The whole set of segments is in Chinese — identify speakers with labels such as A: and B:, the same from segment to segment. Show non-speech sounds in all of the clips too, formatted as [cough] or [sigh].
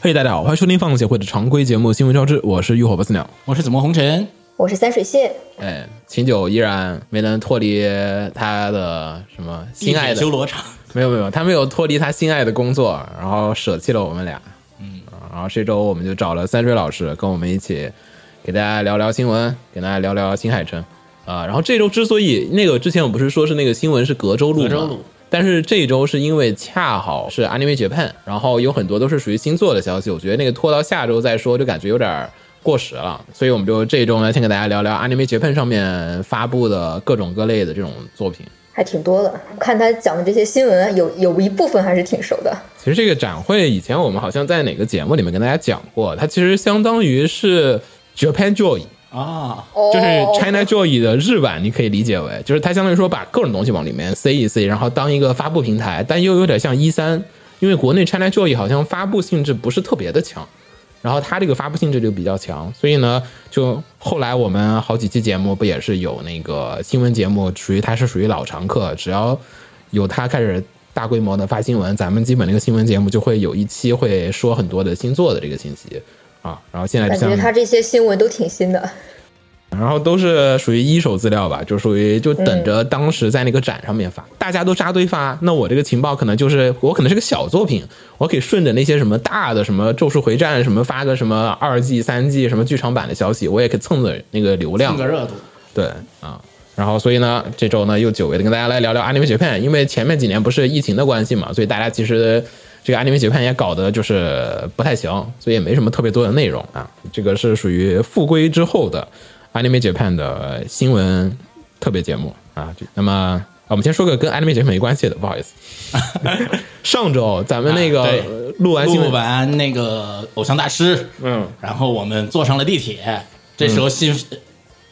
A: 嘿、大家好，欢迎收听放送协会的常规节目《新闻招之》，我是浴火不死鸟。
B: 我是怎么红尘？
C: 我是三水蟹，
A: 哎，秦九依然没能脱离他的什么心爱
B: 地铁
A: 的，
B: 修罗场，
A: 没有没有，他没有脱离他心爱的工作，然后舍弃了我们俩。嗯，然后这周我们就找了三水老师跟我们一起给大家聊聊新闻，给大家聊聊新海诚啊、然后这周之所以那个之前我不是说是那个新闻是隔周录吗？
B: 隔周录
A: 但是这周是因为恰好是 Anime Japan，然后有很多都是属于星座的消息，我觉得那个拖到下周再说，就感觉有点儿过时了，所以我们就这周呢，先给大家聊聊 Anime Japan 上面发布的各种各类的这种作品。
C: 还挺多的。我看他讲的这些新闻，啊有有一部分还是挺熟的。
A: 其实这个展会以前我们好像在哪个节目里面跟大家讲过，它其实相当于是 Japan Joy，
B: 啊，
C: 哦
A: 就是 China Joy 的日版，你可以理解为就是它相当于说把各种东西往里面塞一塞，然后当一个发布平台，但又有点像一三，因为国内 China Joy 好像发布性质不是特别的强。然后它这个发布性质就比较强，所以呢，就后来我们好几期节目不也是有那个新闻节目，属于它是属于老常客，只要有它开始大规模的发新闻，咱们基本这个新闻节目就会有一期会说很多的星座的这个信息啊。然后现在就
C: 感
A: 像
C: 觉他这些新闻都挺新的。
A: 然后都是属于一手资料吧，就属于就等着当时在那个展上面发，大家都扎堆发。那我这个情报可能就是我可能是个小作品，我可以顺着那些什么大的什么《咒术回战》什么发个什么二季、三季什么剧场版的消息，我也可以蹭着那个流量
B: 蹭。个热度。
A: 对啊，然后所以呢，这周呢又久违的跟大家来聊聊 Anime Japan，因为前面几年不是疫情的关系嘛，所以大家其实这个 Anime Japan 也搞得就是不太行，所以也没什么特别多的内容啊。这个是属于复归之后的 Anime Japan 的新闻特别节目啊。就那么啊我们先说个跟 Anime Japan 没关系的，不好意思。上周咱们那个
B: 啊对
A: 呃录完新
B: 录
A: 闻，
B: 完那个偶像大师，
A: 嗯，
B: 然后我们坐上了地铁，这时候新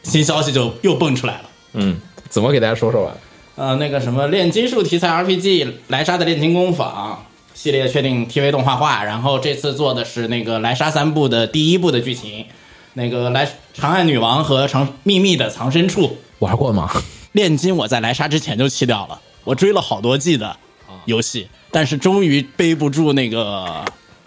B: 新消息就又蹦出来了。
A: 嗯，怎么给大家说说吧？
B: 呃，那个什么炼金术题材 RPG《莱莎的炼金工坊》系列确定 TV 动画化，然后这次做的是那个莱莎三部的第一部的剧情，那个莱长按女王和长秘密的藏身处。
A: 玩过吗？
B: 炼金我在莱莎之前就弃掉了，我追了好多季的游戏，但是终于背不住那个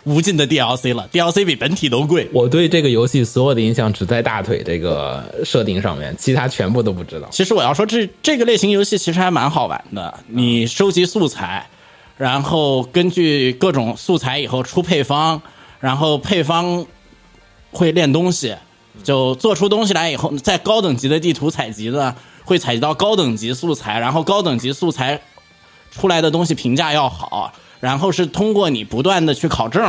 B: 无尽的 DLC 了，DLC 比本体都贵。
A: 我对这个游戏所有的印象只在大腿这个设定上面，其他全部都不知道。
B: 其实我要说这这个类型游戏其实还蛮好玩的，你收集素材，然后根据各种素材以后出配方，然后配方会练东西，就做出东西来以后，在高等级的地图采集呢，会采集到高等级素材，然后高等级素材出来的东西评价要好，然后是通过你不断的去考证，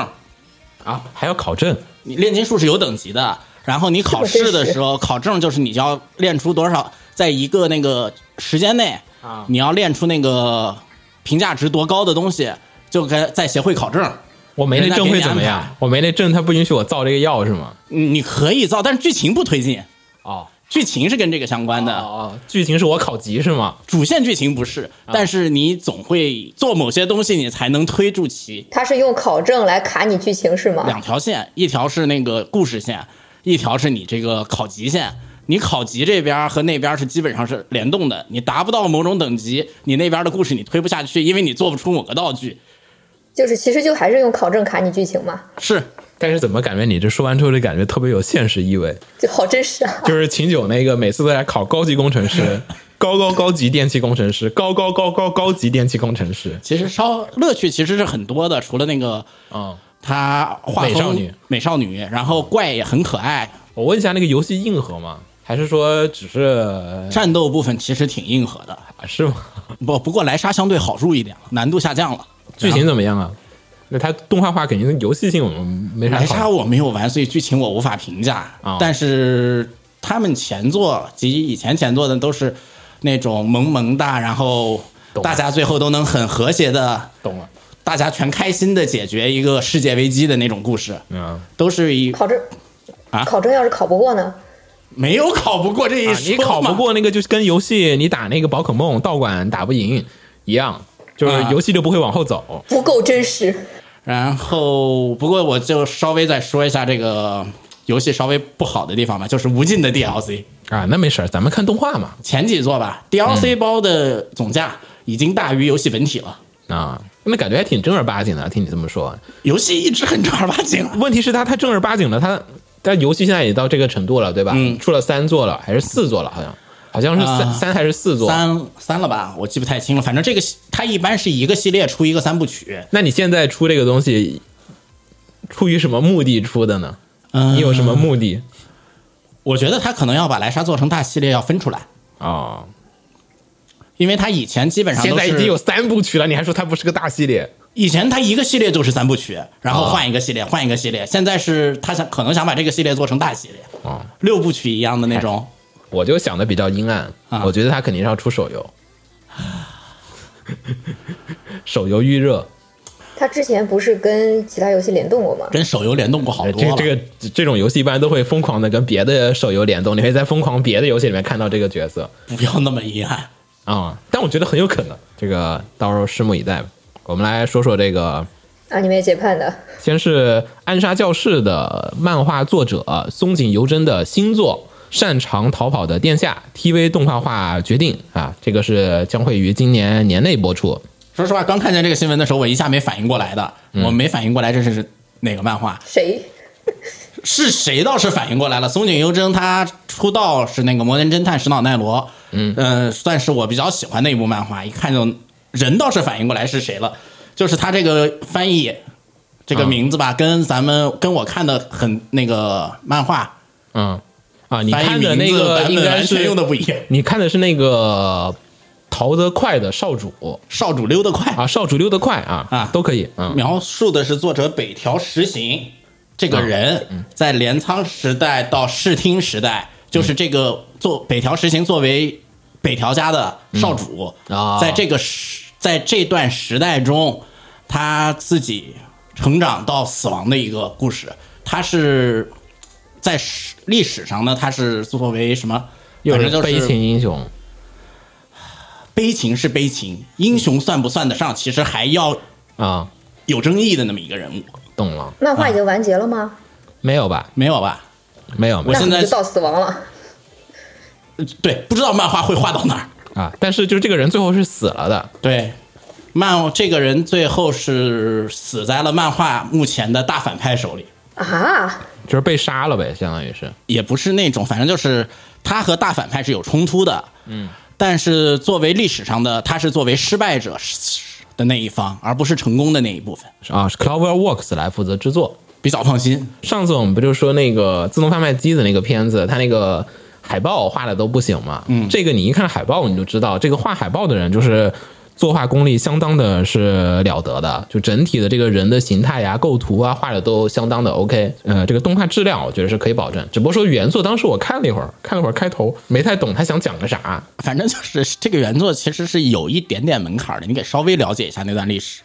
A: 啊，还要考证
B: 你炼金术是有等级的，然后你考试的时候，考证就是你要练出多少，在一个那个时间内
A: 啊
B: 你要练出那个评价值多高的东西，就该在协会考证。
A: 我没那证会怎么
B: 人家给你安
A: 样？我没那证，他不允许我造这个药是吗？
B: 你你可以造，但是剧情不推进，
A: 哦，
B: 剧情是跟这个相关
A: 哦啊
B: 的，
A: 哦，剧情是我考级是吗？
B: 主线剧情不是。但是你总会做某些东西，你才能推住其
C: 他是用考证来卡你剧情是吗？
B: 两条线，一条是那个故事线，一条是你这个考级线。你考级这边儿和那边儿是基本上是联动的，你达不到某种等级，你那边儿的故事你推不下去，因为你做不出某个道具。
C: 就是其实就还是用考证卡你剧情嘛，
B: 是
A: 但是怎么感觉你这说完之后，就感觉特别有现实意味？
C: 就好真实啊。
A: 就是秦九那个每次都在考高级工程 [laughs] 师，高高高级电气工程师，高高高高高级电气工程师。
B: 其实稍乐趣其实是很多的，除了那个
A: 嗯，
B: 他画风
A: 美少女，
B: 美少女，然后怪也很可爱，
A: 我问一下，那个游戏硬核吗？还是说只是
B: 战斗部分其实挺硬核的。
A: 啊是吗？
B: 不不过莱莎相对好入一点了，难度下降了。
A: 剧情怎么样啊？那它动画化肯定游戏性我们没啥
B: 莱莎
A: 好。
B: 我没有玩，所以剧情我无法评价。
A: 啊
B: 但是他们前作及以前前作的都是那种萌萌哒，然后
A: 懂
B: 大家最后都能很和谐的，
A: 懂了，
B: 大家全开心的解决一个世界危机的那种故事，
A: 嗯，
B: 都是一
C: 考证
B: 啊
C: 考证要是考不过呢？
B: 没有考不过这一
A: 啊
B: 说、
A: 你考不，过那个，就是跟游戏你打那个宝可梦道馆打不赢一样，就是
B: 啊
A: 游戏就不会往后走。
C: 不够真实。
B: 然后不过我就稍微再说一下这个游戏稍微不好的地方吧，就是无尽的 DLC。
A: 啊，那没事儿，咱们看动画嘛。
B: 前几座吧，DLC
A: 嗯
B: 包的总价已经大于游戏本体了。
A: 啊，那感觉还挺正儿八经的。听你这么说，
B: 游戏一直很正儿八经啊，
A: 问题是它太正儿八经了，它但游戏现在也到这个程度了，对吧？
B: 嗯
A: 出了三座了，还是四座了？好像好像是三、
B: 啊
A: 三还是四座？
B: 三三了吧，我记不太清了。反正这个系它一般是一个系列出一个三部曲。
A: 那你现在出这个东西，出于什么目的出的呢？
B: 嗯
A: 你有什么？目的？
B: 我觉得他可能要把莱莎做成大系列，要分出来，
A: 哦，
B: 因为他以前基本上
A: 现
B: 都
A: 在
B: 是
A: 已经有三部曲了，你还说它不是个大系列？
B: 以前他一个系列就是三部曲，然
A: 啊
B: 后换一个系列，换一个系列。现在是他想可能想把这个系列做成大系列，
A: 哦，
B: 六部曲一样的那种。
A: 我就想的比较阴暗，
B: 啊
A: 我觉得它肯定是要出手游， [laughs] 手游预热。
C: 它之前不是跟其他游戏联动过吗？
B: 跟手游联动过好
A: 呃
B: 多
A: 这
B: 了。
A: 这个这这种游戏一般都会疯狂的跟别的手游联动，你会在疯狂别的游戏里面看到这个角色
B: 不要那么遗憾。
A: 啊、但我觉得很有可能，这个到时候拭目以待吧。我们来说说这个，
C: 啊，你们也解判的，
A: 先是《暗杀教室》的漫画作者松井由真的新作《擅长逃跑的殿下》TV 动画化决定啊，这个是将会于今年年内播出。
B: 说实话，刚看见这个新闻的时候，我一下没反应过来的，
A: 嗯
B: 我没反应过来这是哪个漫画，
C: 谁？
B: 是谁倒是反应过来了。松井优真他出道是那个《摩登侦探石脑奈罗》，嗯，呃，算是我比较喜欢的一部漫画，一看就人倒是反应过来是谁了，就是他这个翻译这个
A: 啊
B: 名字吧，跟咱们跟我看的很那个漫画
A: 嗯，啊，你
B: 翻
A: 看
B: 译
A: 的
B: 名
A: 那
B: 字
A: 个
B: 版
A: 应
B: 本
A: 该
B: 完全
A: 是
B: 用的不一样。
A: 你看的是那个逃得快的少主。
B: 少主溜得快
A: 啊，少主溜得快啊
B: 啊
A: 都可以，嗯
B: 描述的是作者北条时行这个
A: 嗯
B: 人在镰仓时代到室町时代，就是这个作北条时行作为北条家的少主
A: 嗯啊
B: 在这个时在这段时代中，他自己成长到死亡的一个故事。他是在史历史上呢，他是作为什么？
A: 又
B: 反正就是
A: 悲情英雄，
B: 悲情是悲情，英雄算不算得上？其实还要
A: 啊，
B: 有争议的那么一个人物，
A: 懂了
C: 漫画已经完结了吗？
A: 没有吧？
B: 没有吧？
A: 没有没
B: 啊我
C: 那
B: 现
C: 可
B: 在
C: 能就到死亡了。
B: 呃对，不知道漫画会画到哪儿。
A: 有啊，但是就是这个人最后是死了的，
B: 对，漫这个人最后是死在了漫画目前的大反派手里，
C: 啊，
A: 就是被杀了呗，相当于是
B: 也不是那种，反正就是他和大反派是有冲突的。嗯，但是作为历史上的他是作为失败者的那一方，而不是成功的那一部分，
A: 啊，是 CloverWorks 来负责制作。
B: 比较放心。
A: 上次我们不就说那个自动贩卖机的那个片子，它那个海报画的都不行嘛，嗯，这个你一看海报你就知道，这个画海报的人就是。作画功力相当的是了得的，就整体的这个人的形态呀、构图啊，画的都相当的 OK。呃，这个动画质量我觉得是可以保证，只不过说原作当时我看了一会儿，看了会儿开头，没太懂他想讲个啥。
B: 反正就是这个原作其实是有一点点门槛的，你得稍微了解一下那段历史。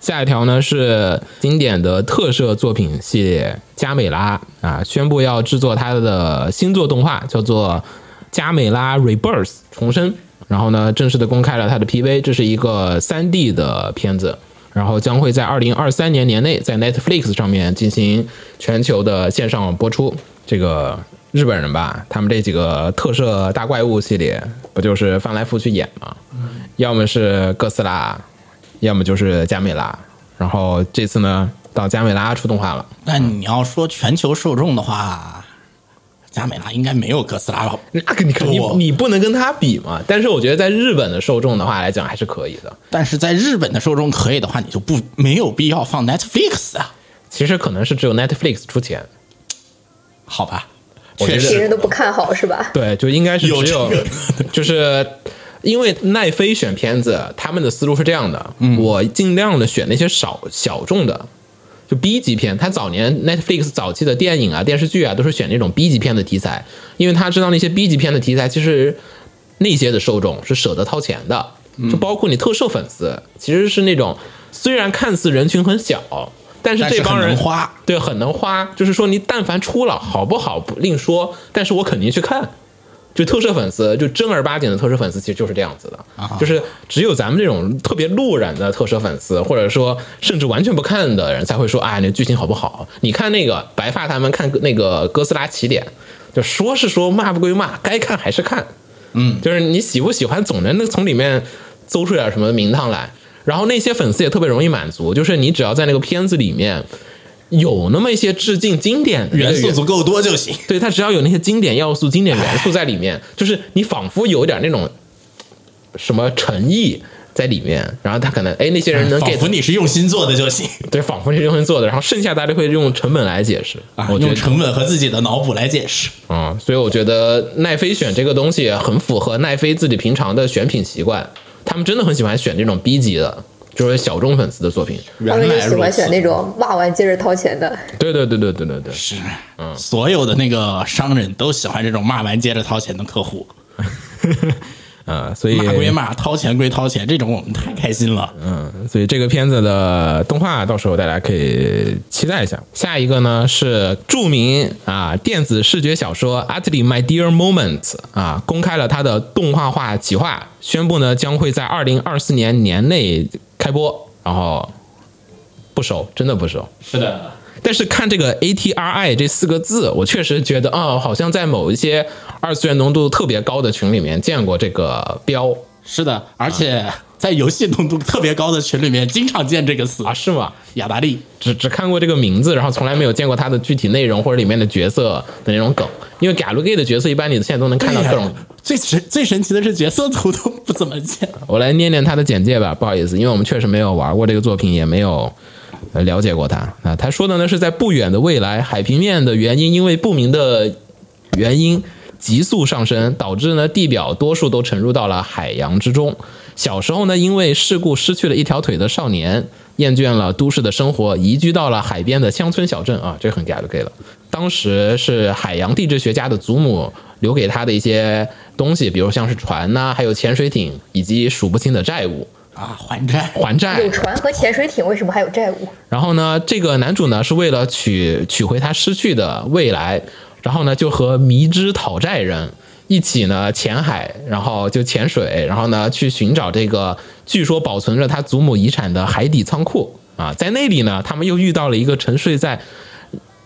A: 下一条呢是经典的特摄作品系列加美拉啊，宣布要制作它的新作动画，叫做《加美拉 Rebirth》重生。然后呢，正式的公开了它的 PV，这是一个3 D 的片子，然后将会在2023年年内在 Netflix 上面进行全球的线上播出。这个日本人吧，他们这几个特摄大怪物系列不就是翻来覆去演吗？要么是哥斯拉，要么就是加美拉。然后这次呢，到加美拉出动画了。
B: 但你要说全球受众的话，加美拉应该没有哥斯拉吧
A: 那个你肯定
B: 多
A: 你不能跟他比嘛，但是我觉得在日本的受众的话来讲还是可以的。
B: 但是在日本的受众可以的话，你就不没有必要放 Netflix 啊，
A: 其实可能是只有 Netflix 出钱，
B: 好吧？
A: 我
B: 确
A: 觉得
C: 别
B: 实
C: 人都不看好是吧？
A: 对，就应该是
B: 有
A: 只有
B: 这个，
A: [laughs] 就是因为奈飞选片子，他们的思路是这样的，
B: 嗯
A: 我尽量的选那些少小众的。就 B 级片，他早年 Netflix 早期的电影啊、电视剧啊，都是选那种 B 级片的题材，因为他知道那些 B 级片的题材，其实那些的受众是舍得掏钱的，
B: 嗯
A: 就包括你特摄粉丝，其实是那种虽然看似人群很小，但是
B: 但
A: 这
B: 是
A: 帮
B: 很能
A: 人
B: 花，
A: 对，很能花。就是说，你但凡出了好不好不另说，但是我肯定去看。就特摄粉丝，就正儿八经的特摄粉丝，其实就是这样子的，
B: 啊
A: 就是只有咱们这种特别路人的特摄粉丝，或者说甚至完全不看的人，才会说啊、哎，那剧情好不好？你看那个白发他们看那个哥斯拉起点，就说是说骂不归骂，该看还是看，嗯，就是你喜不喜欢，总能从里面搜出点什么名堂来。然后那些粉丝也特别容易满足，就是你只要在那个片子里面有那么一些致敬经典的
B: 元素足够多就行。
A: 对，它只要有那些经典要素、经典元素在里面，就是你仿佛有点那种什么诚意在里面，然后他可能哎那些 [laughs] 人能
B: 仿
A: get，
B: 佛你是用心做的就行
A: 对，仿佛是用心做的，然后剩下大家会用成本来解释，
B: 啊，
A: 我觉
B: 用
A: 得
B: 成本和自己的脑补来解释。
A: 啊、所以我觉得奈飞选这个东西很符合奈飞自己平常的选品习惯，他们真的很喜欢选这种 B 级的，就是小众粉丝的作品。
C: 他
B: 原
C: 们就
B: 来
C: 喜
B: 如
C: 欢选
B: 此，
C: 那种骂完接着掏钱的。
A: 对对对对对对对， [laughs]
B: 是，
A: 嗯
B: 所有的那个商人都喜欢这种骂完接着掏钱的客户，
A: 啊、所以
B: 骂归骂，掏钱归掏钱，这种我们太开心了。
A: 嗯，所以这个片子的动画到时候大家可以期待一下。下一个呢是著名啊电子视觉小说《Atli My Dear Moment》啊，公开了它的动画化企划，宣布呢将会在二零二四年年内开播，然后不熟，真的不熟。
B: 是的，
A: 但是看这个 ATRI 这四个字，我确实觉得啊、好像在某一些二次元浓度特别高的群里面见过这个标
B: 是的，
A: 啊
B: 而且在游戏浓度特别高的群里面，经常见这个词
A: 啊，是吗？
B: 雅达利。
A: 只只看过这个名字，然后从来没有见过它的具体内容或者里面的角色的那种梗。因为 g a l g a 的角色一般你现在都能看到
B: 对呀
A: 各种。
B: 最神最神奇的是角色图都不怎么见，啊
A: 我来念念它的简介吧，不好意思，因为我们确实没有玩过这个作品，也没有呃了解过它。啊，他说的呢是在不远的未来，海平面的原因因为不明的原因急速上升，导致呢地表多数都沉入到了海洋之中。小时候呢，因为事故失去了一条腿的少年，厌倦了都市的生活，移居到了海边的乡村小镇啊，这个很 get 了 get 了。当时是海洋地质学家的祖母留给他的一些东西，比如像是船呐、还有潜水艇，以及数不清的债务
B: 啊，还债。
A: 还债。
C: 有船和潜水艇，为什么还有债务？
A: 然后呢，这个男主呢是为了取取回他失去的未来，然后呢就和迷之讨债人一起呢潜海，然后就潜水，然后呢去寻找这个据说保存着他祖母遗产的海底仓库啊，在那里呢，他们又遇到了一个沉睡在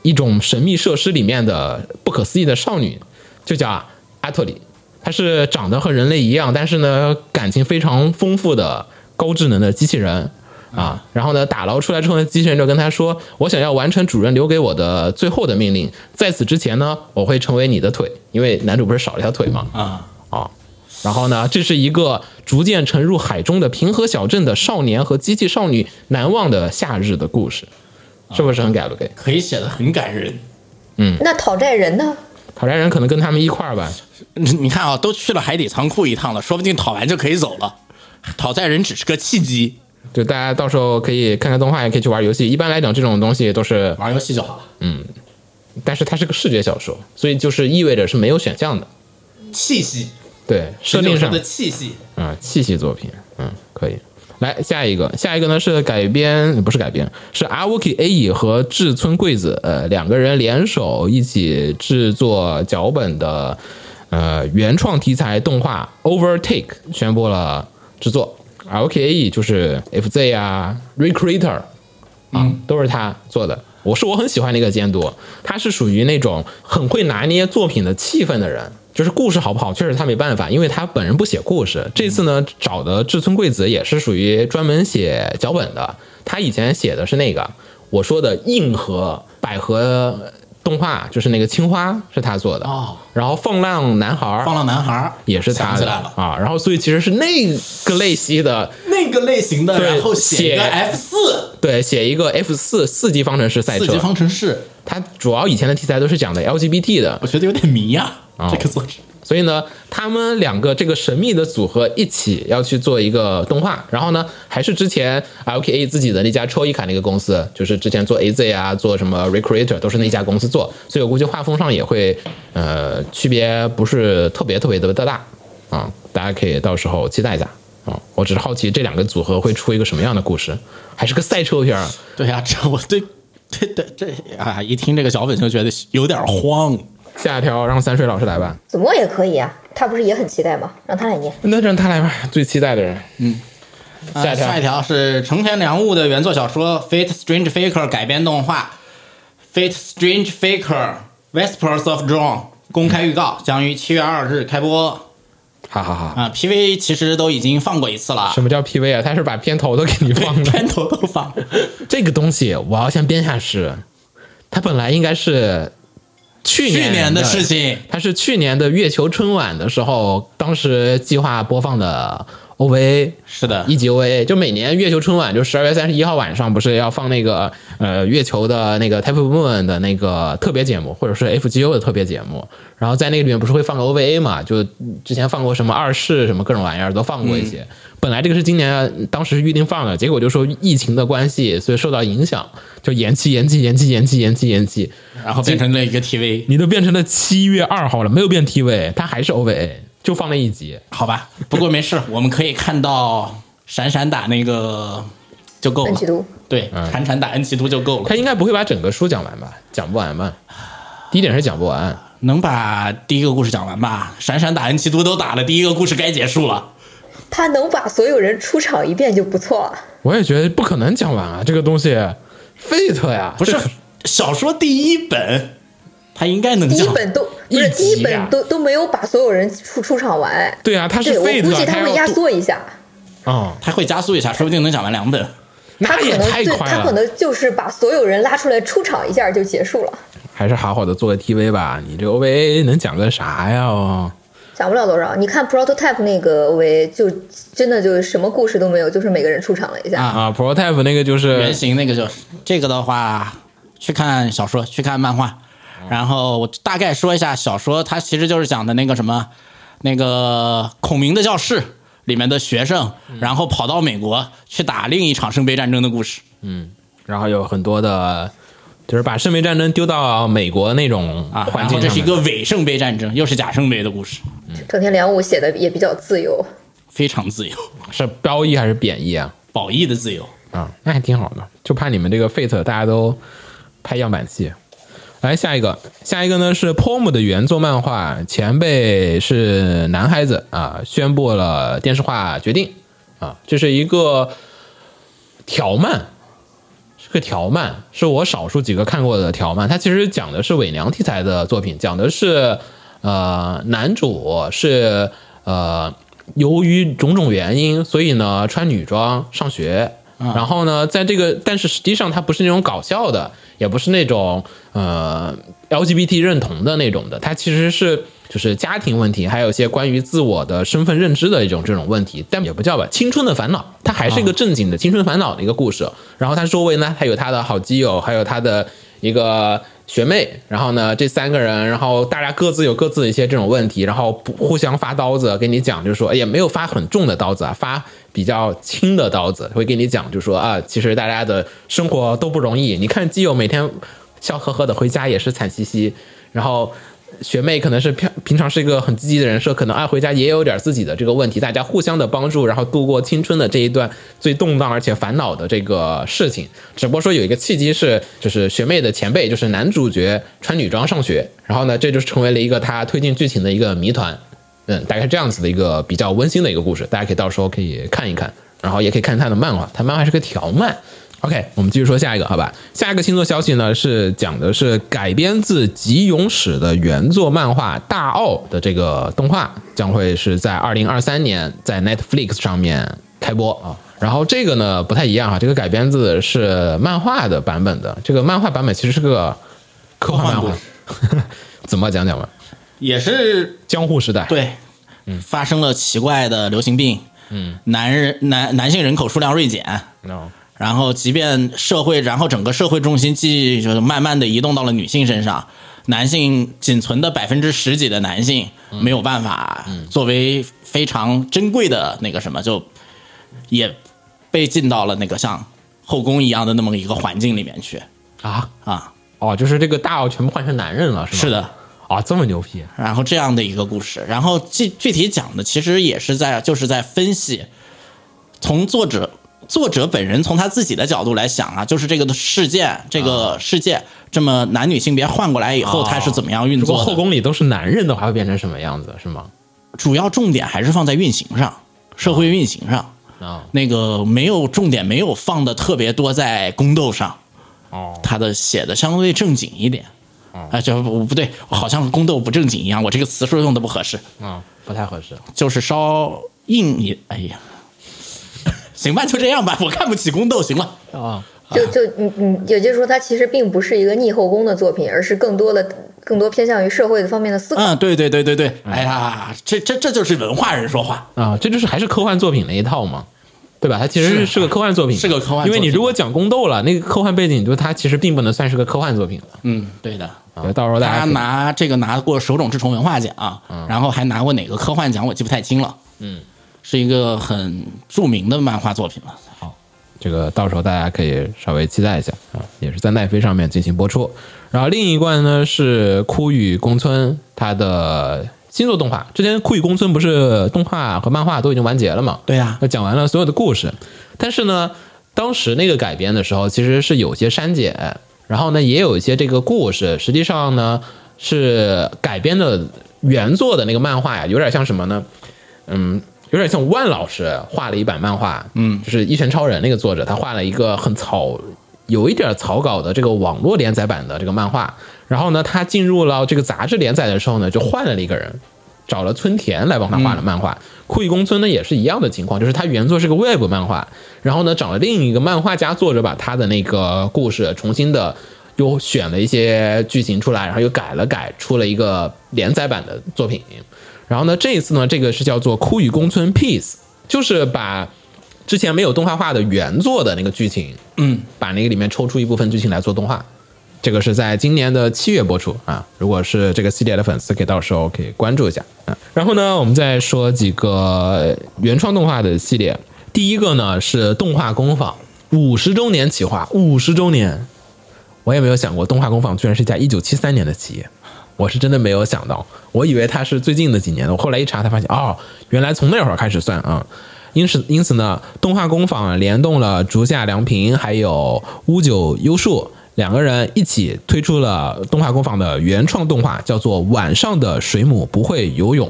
A: 一种神秘设施里面的不可思议的少女，就叫阿托里。她是长得和人类一样，但是呢感情非常丰富的高智能的机器人啊。然后呢，打捞出来之后呢，机器人就跟她说：“我想要完成主人留给我的最后的命令，在此之前呢，我会成为你的腿，因为男主不是少了一条腿嘛。”
B: 啊，
A: 啊。然后呢，这是一个逐渐沉入海中的平和小镇的少年和机器少女难忘的夏日的故事，是不是很改了给？
B: 可以写的很感人。
C: 那讨债人呢？
A: 讨债人可能跟他们一块儿吧，
B: 你你看啊，都去了海底仓库一趟了，说不定讨完就可以走了。讨债人只是个契机，
A: 就大家到时候可以看看动画，也可以去玩游戏。一般来讲，这种东西都是，
B: 玩游戏就好了。
A: 但是它是个视觉小说，所以就是意味着是没有选项的。
B: 气息，
A: 对，设定
B: 19
A: 上
B: 的气息，
A: 啊，气息作品，嗯，可以。来下一个，下一个呢是改编，不是改编，是阿 w 基 A 乙和志村贵子呃两个人联手一起制作脚本的呃原创题材动画《Overtake》宣布了制作。阿 w 基 A 乙就是 FZ 啊，Recreator 啊，都是他做的。我是我很喜欢的一个监督，他是属于那种很会拿捏作品的气氛的人。就是故事好不好，确实他没办法，因为他本人不写故事。这次呢，找的志村贵子也是属于专门写脚本的。他以前写的是那个我说的硬核百合动画，就是那个青花是他做的
B: 哦
A: 然后放浪男孩儿
B: 放浪男孩儿
A: 也是
B: 想
A: 他
B: 起
A: 的
B: 来了，
A: 啊。然后所以其实是那个类型的
B: 那个类型的，
A: 对
B: 然后写一个
A: 写
B: F 四
A: 对，写一个 F 四四级方程式赛
B: 四
A: 车
B: 级，方程式，
A: 它主要以前的题材都是讲的 LGBT 的，
B: 我觉得有点迷呀、
A: 哦
B: 这个作者
A: 所以呢，他们两个这个神秘的组合一起要去做一个动画，然后呢，还是之前 LKA 自己的那家抽一卡那个公司，就是之前做 AZ 啊，做什么 Recreator 都是那家公司做，所以我估计画风上也会呃区别不是特别特别的大啊，大家可以到时候期待一下啊。我只是好奇这两个组合会出一个什么样的故事，还是个赛车片儿。
B: 对呀、这我对这这这啊，一听这个脚本就觉得有点慌。
A: 下一条让三水老师来吧，
C: 子墨也可以啊，他不是也很期待吗？让他来念。
A: 那让他来吧，最期待的人。
B: 呃
A: 下一条
B: 下一条是成田良悟的原作小说《Fate Strange Faker》改编动画，《Fate Strange Faker: Whispers of Dawn》公开预告将于七月二日开播。
A: 好好好，
B: 啊、p v 其实都已经放过一次了，
A: 什么叫 PV 啊？他是把片头都给你放了。
B: 片头都放。
A: [laughs] 这个东西我要先编下诗，它本来应该是去
B: 去
A: 年
B: 年的事。情，
A: 它是去年的月球春晚的时候，当时计划播放的 OVA
B: 是的，
A: 一级 OVA，就每年月球春晚，就十二月三十一号晚上，不是要放那个呃月球的那个 Type Moon 的那个特别节目，或者是 FGO 的特别节目，然后在那个里面不是会放个 OVA 嘛？就之前放过什么二世什么各种玩意儿都放过一些。本来这个是今年当时是预定放的，结果就说疫情的关系，所以受到影响，就延期延期延期延期延期延期，
B: 然后变成了一个 TV，
A: 你都变成了七月二号了，没有变 TV，它还是 OVA，就放了一集。
B: 好吧？不过没事，我们可以看到闪闪打那个就够
C: 恩
B: 了
C: 奇，都，
B: 对，
A: 嗯
B: 闪闪打恩奇都就够了
A: 他。应该不会把整个书讲完吧？讲不完吧？第一点是讲不完，
B: 能把第一个故事讲完吧？闪闪打恩奇都都打了，第一个故事该结束了。
C: 他能把所有人出场一遍就不错了。
A: 我也觉得不可能讲完啊，这个东西，Fate 呀， [laughs]
B: 不是
A: 这
B: 小说第一本，他应该能
C: 第
B: 讲
C: 一。本都不
A: 一
C: 是第
A: 集
C: 一
A: 呀
C: 本都都没有把所有人出出场完。
A: 对啊，它是
C: 对，我
A: Fate，
C: 估计
A: 啊
C: 他
A: 它
C: 会
A: 要
C: 压
A: 多
C: 缩一下，
A: 啊，
B: 他会加速一下，说不定能讲完两本。
C: 他
A: 那
C: 可
A: 也
C: 能
A: 太
C: 对
A: 快
C: 他可
A: 了，
C: 能就是把所有人拉出来出场一下就结束了，
A: 还是好好的做个 TV 吧，你这 OVA 能讲个啥呀？哦，
C: 讲不了多少。你看 prototype 那个 OVA 就真的就什么故事都没有，就是每个人出场了一下。
B: 啊
A: 啊，Prototype 那个就
B: 原
A: 是
B: 型那个就是这个的话，去看小说，去看漫画。然后我大概说一下小说，它其实就是讲的那个什么，那个孔明的教室里面的学生，然后跑到美国去打另一场圣杯战争的故事。
A: 然后有很多的，就是把圣杯战争丢到美国那种
B: 啊，
A: 环
B: 然后
A: 境
B: 这
A: 上
B: 是一
A: 面，
B: 个伪圣杯战争，又是假圣杯的故事，
C: 成田良悟写的也比较自由，
B: 非常自由，
A: 是褒义还是贬义啊？
B: 褒义的自由。
A: 啊，那还挺好的。就怕你们这个 Fate 大家都拍样板戏。来下一个，下一个呢是 POM 的原作漫画，前辈是男孩子啊，宣布了电视化决定啊，这是一个条漫，是个条漫，是我少数几个看过的条漫。它其实讲的是伪娘题材的作品，讲的是呃，男主是呃，由于种种原因，所以呢穿女装上学。然后呢，在这个，但是实际上它不是那种搞笑的，也不是那种呃 LGBT 认同的那种的，它其实是就是家庭问题，还有一些关于自我的身份认知的一种这种问题，但也不叫吧，青春的烦恼，它还是一个正经的青春烦恼的一个故事。然后他周围呢，他有他的好基友，还有他的一个学妹，然后呢，这三个人，然后大家各自有各自的一些这种问题，然后不互相发刀子，给你讲，就是说也没有发很重的刀子啊，发比较轻的刀子，会给你讲，就是说啊，其实大家的生活都不容易。你看基友每天笑呵呵的回家也是惨兮兮，然后学妹可能是平平常是一个很积极的人设，可能爱回家也有点自己的这个问题，大家互相的帮助，然后度过青春的这一段最动荡而且烦恼的这个事情。只不过说有一个契机是，就是学妹的前辈，就是男主角穿女装上学，然后呢，这就成为了一个他推进剧情的一个谜团。嗯，大概是这样子的一个比较温馨的一个故事，大家可以到时候可以看一看，然后也可以看他的漫画，他漫画是个条漫。OK，我们继续说下一个，好吧？下一个星座消息呢是讲的是改编自《吉勇史》的原作漫画《大奥》的这个动画，将会是在二零二三年在 Netflix 上面开播啊。然后这个呢不太一样啊，这个改编自是漫画的版本的，这个漫画版本其实是个科幻漫
B: 科
A: 画
B: 幻，
A: [laughs] 怎么讲讲吧？
B: 也是
A: 江户时代，
B: 对，发生了奇怪的流行病，嗯，男人男男性人口数量锐减，
A: 哦，
B: 然后即便社会，然后整个社会重心继就是慢慢的移动到了女性身上，男性仅存的百分之十几的男性没有办法作为非常珍贵的那个什么，就也被进到了那个像后宫一样的那么一个环境里面去
A: 啊，
B: 啊。
A: 哦，就是这个大奥全部换成男人了，是吗？
B: 是的，
A: 啊，这么牛批
B: 然后这样的一个故事，然后具具体讲的其实也是在就是在分析从作者作者本人从他自己的角度来想啊，就是这个事件，这个世界这么男女性别换过来以后，
A: 哦
B: 他是怎么样运
A: 如果
B: 作
A: 后
B: 的？
A: 宫里都是男人的话，会变成什么样子？是吗？
B: 主要重点还是放在运行上，社会运行上，
A: 啊、
B: 那个没有重点没有放的特别多在宫斗上。
A: 哦，
B: 他的写的相对正经一点。啊，这不不对，好像宫斗不正经一样，我这个词说用的不合适，
A: 嗯，不太合适。
B: 就是稍硬一。哎呀， [laughs] 行吧，就这样吧，我看不起宫斗，行了。
A: 啊、
C: [laughs] 就就你你也就是说，它其实并不是一个逆后宫的作品，而是更多的更多偏向于社会的方面的思考。
B: 嗯，对对对对对，哎呀，这这这就是文化人说话，
A: 啊，这就是还是科幻作品那一套嘛，对吧？它其实是
B: 是
A: 是个科幻作品，
B: 是个科幻作品
A: 因为你如果讲宫斗了，那个科幻背景，就它其实并不能算是个科幻作品了。啊
B: 嗯，对的。
A: 对到时候大
B: 他
A: 家可以
B: 拿这个拿过手冢治虫文化奖、然后还拿过哪个科幻奖，我记不太清了。嗯，是一个很著名的漫画作品了。
A: 这个到时候大家可以稍微期待一下啊，也是在奈飞上面进行播出。然后另一关呢是《枯雨宫村》它的新作动画，之前《枯雨宫村》不是动画和漫画都已经完结了嘛？
B: 对呀、
A: 那讲完了所有的故事，但是呢，当时那个改编的时候其实是有些删减，然后呢也有一些这个故事，实际上呢是改编的原作的那个漫画呀，有点像什么呢？嗯，有点像万老师画了一版漫画，嗯，就是《一拳超人》那个作者，他画了一个很草，有一点草稿的这个网络连载版的这个漫画。然后呢，他进入了这个杂志连载的时候呢，就换了一个人，找了村田来帮他画了漫画。库伊宫村呢也是一样的情况，就是他原作是个 Web 漫画，然后呢找了另一个漫画家作者把他的那个故事重新的又选了一些剧情出来，然后又改了改，出了一个连载版的作品。然后呢，这一次呢，这个是叫做《枯雨宫村 Peace》，就是把之前没有动画化的原作的那个剧情，嗯，把那个里面抽出一部分剧情来做动画。这个是在今年的七月播出啊。如果是这个系列的粉丝，可以到时候可以关注一下啊。然后呢，我们再说几个原创动画的系列。第一个呢是动画工坊五十周年企划，五十周年，我也没有想过动画工坊居然是一家一九七三年的企业，我是真的没有想到，我以为它是最近的几年的，我后来一查才发现，哦，原来从那会儿开始算啊。因此，因此呢，动画工坊联动了竹下良平还有乌九优树两个人一起推出了动画工坊的原创动画，叫做《晚上的水母不会游泳》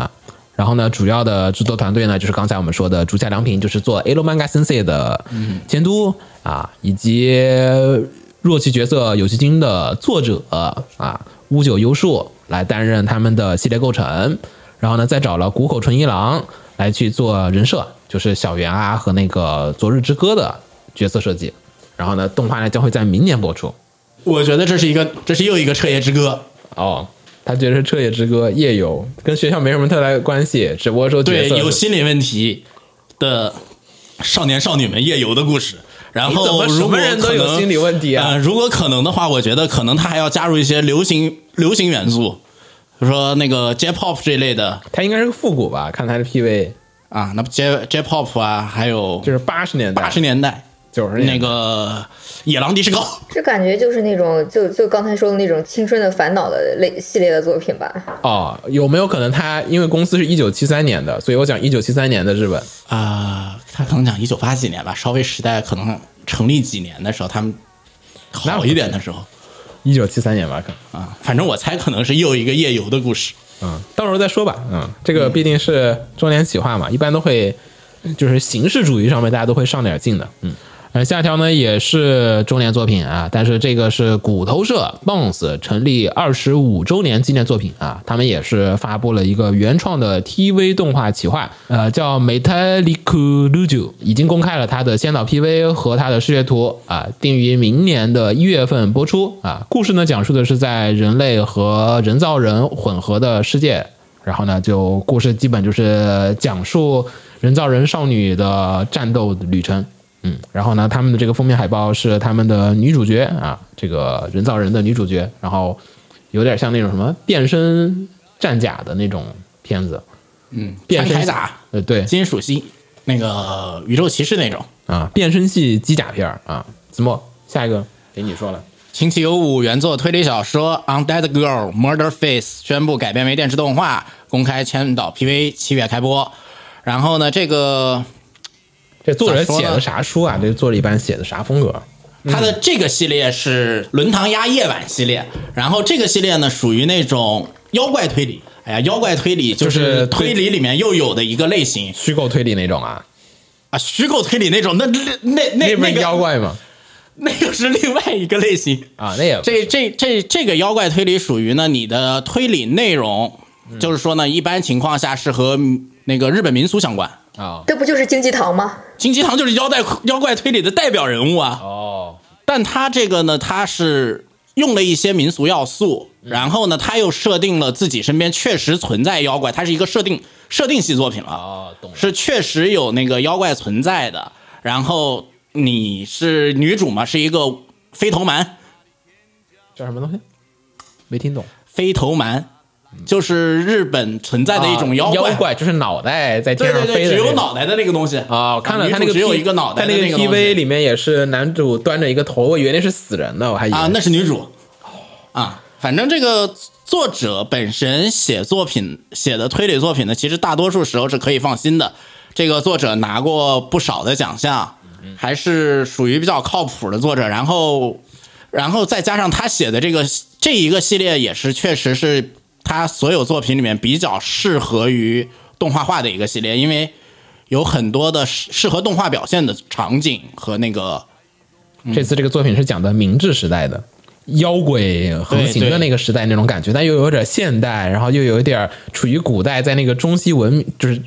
A: 啊。然后呢，主要的制作团队呢，就是刚才我们说的竹下良平，就是做《Alo Manga Sensei》的监督、啊，以及弱气角色有希君的作者啊乌九优树来担任他们的系列构成。然后呢，再找了谷口纯一郎来去做人设，就是小圆啊和那个《昨日之歌》的角色设计。然后呢，动画呢将会在明年播出。
B: 我觉得这是一个，这是又一个彻夜之歌。
A: 哦，他觉得是《彻夜之歌》夜游跟学校没什么太大关系，只不过说角
B: 对
A: 色是
B: 有心理问题的少年少女们夜游的故事。然
A: 哎你怎
B: 后，
A: 么
B: 如
A: 什
B: 果
A: 么人都有
B: 可能
A: 心理问题啊
B: 呃如果可能的话，我觉得可能他还要加入一些流行流行元素，比如说那个 J-pop 这一类的
A: 他应该是个复古吧？看他的 PV
B: 啊，那不 J J-pop 啊，还有
A: 就是八十年代、
B: 八十年代
A: 九十
B: 那
A: 年代
B: 个野狼迪士高。
C: 这感觉就是那种就就刚才说的那种青春的烦恼的类系列的作品吧。
A: 哦，有没有可能他因为公司是一九七三年的，所以我讲一九七三年的日本
B: 啊、他可能讲一九八几年吧，稍微时代可能成立几年的时候，他们好一点的时候
A: 一九七三年吧？可能
B: 啊，反正我猜可能是又一个夜游的故事。
A: 嗯，到时候再说吧。嗯，这个毕竟是周年企划嘛，一般都会就是形式主义上面大家都会上点劲的。嗯，而下一条呢也是周年作品啊，但是这个是骨头社 Bones 成立二十五周年纪念作品啊，他们也是发布了一个原创的 TV 动画企划，呃，叫 Metallic Luju，已经公开了它的先导 PV 和它的视觉图啊，定于明年的一月份播出啊。故事呢讲述的是在人类和人造人混合的世界然后呢，就故事基本就是讲述人造人少女的战斗旅程。嗯，然后呢，他们的这个封面海报是他们的女主角啊，这个人造人的女主角，然后有点像那种什么变身战甲的那种片子，
B: 嗯，
A: 变身
B: 铠甲。
A: 呃，对
B: 金属系那个宇宙骑士那种。
A: 啊，变身系机甲片儿啊。子墨，下一个给你说了。
B: 星期有五原作推理小说《Undead Girl Murder Face》宣布改编为电视动画，公开前导 PV，七月开播。然后呢，这个
A: 这作
B: 咋
A: 者
B: 说
A: 写
B: 呢
A: 的啥书啊？这作者一般写的啥风格？
B: 它的这个系列是轮堂压夜晚系列，然后这个系列呢属于那种妖怪推理。哎呀，妖怪推理就
A: 就是
B: 是推理里面又有的一个类型
A: 虚构推理那种啊？
B: 啊，虚构推理那种，那那那那
A: 那不
B: 那
A: 是
B: 个
A: 妖怪吗？
B: 那个是另外一个类型。
A: 啊，那也
B: 这这这这个妖怪推理属于呢，你的推理内容就是说呢，一般情况下是和那个日本民俗相关。
A: 啊
C: 这不就是经济堂吗？
B: 金鸡堂就是妖怪妖怪推理的代表人物啊。
A: 哦
B: 但他这个呢，他是用了一些民俗要素，然后呢，他又设定了自己身边确实存在妖怪，它是一个设定设定系作品了，
A: 哦，懂了。
B: 是确实有那个妖怪存在的。然后你是女主嘛，是一个飞头蛮，
A: 叫什么东西？没听懂。
B: 飞头蛮就是日本存在的一种
A: 啊妖
B: 妖怪，
A: 怪就是脑袋在
B: 对
A: 天上
B: 对
A: 飞
B: 对，
A: 的
B: 只
A: 那
B: 有
A: 种
B: 脑袋的那个东西
A: 哦，看了他那
B: 啊女主
A: 个
B: 只有
A: P-
B: 一个脑袋
A: 他
B: 的
A: 那
B: 那个东西
A: PV 里面也是男主端着一个头，我以为那是死人呢，我还以为
B: 啊，那是女主啊。反正这个作者本身写作品写的推理作品呢，其实大多数时候是可以放心的。这个作者拿过不少的奖项，还是属于比较靠谱的作者。然后，然后再加上他写的这个这一个系列，也是确实是他所有作品里面比较适合于动画化的一个系列，因为有很多的适适合动画表现的场景和那个
A: 这次这个作品是讲的明治时代的妖鬼横行的那个时代那种感觉，但又有点现代，然后又有点处于古代，在那个中西文明，就是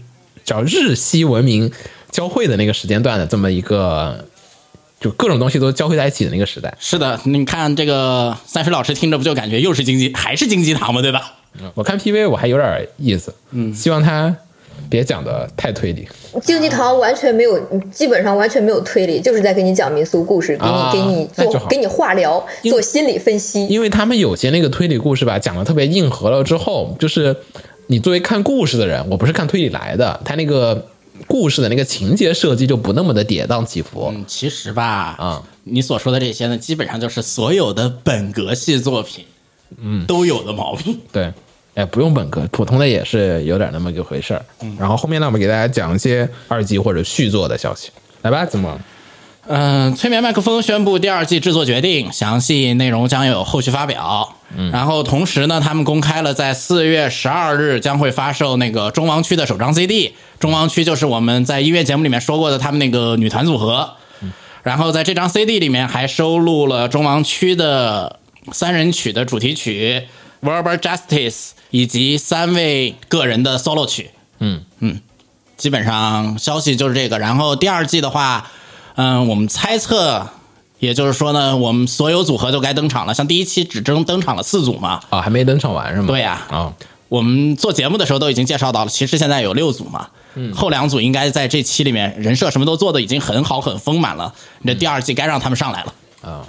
A: 叫日西文明交汇的那个时间段的这么一个，就各种东西都交汇在一起的那个时代。
B: 是的，你看这个三水老师听着不就感觉又是经济还是经济堂嘛，对吧？
A: 我看 PV 我还有点意思，嗯，希望他别讲的太推理。
C: 经济堂完全没有，基本上完全没有推理，就是在给你讲民俗故事，给你、
A: 啊
C: 给你
A: 那就
C: 做
A: 好
C: 给你化疗，
A: 因
C: 做心理分析。
A: 因为他们有些那个推理故事吧，讲的特别硬核了之后，就是你作为看故事的人，我不是看推理来的，他那个故事的那个情节设计就不那么的跌宕起伏。
B: 嗯，其实吧，
A: 啊
B: 你所说的这些呢，基本上就是所有的本格系作品，嗯，都有的毛病。
A: 对，哎，不用本科，普通的也是有点那么个回事儿。然后后面呢，我们给大家讲一些二季或者续作的消息。来吧，怎么？
B: 嗯，催眠麦克风宣布第二季制作决定，详细内容将有后续发表。嗯，然后同时呢，他们公开了在四月十二日将会发售那个中王区的首张 CD。中王区就是我们在音乐节目里面说过的他们那个女团组合。然后在这张 CD 里面还收录了中王区的三人曲的主题曲《Verbal Justice》以及三位个人的 solo 曲。基本上消息就是这个。然后第二季的话，嗯，我们猜测，也就是说呢，我们所有组合都该登场了。像第一期只登登场了四组嘛，
A: 啊、还没登场完是吗？
B: 对呀
A: 啊、
B: 我们做节目的时候都已经介绍到了，其实现在有六组嘛。
A: 嗯
B: 后两组应该在这期里面人设什么都做的已经很好很丰满了，
A: 嗯
B: 你这第二季该让他们上来了。
A: 啊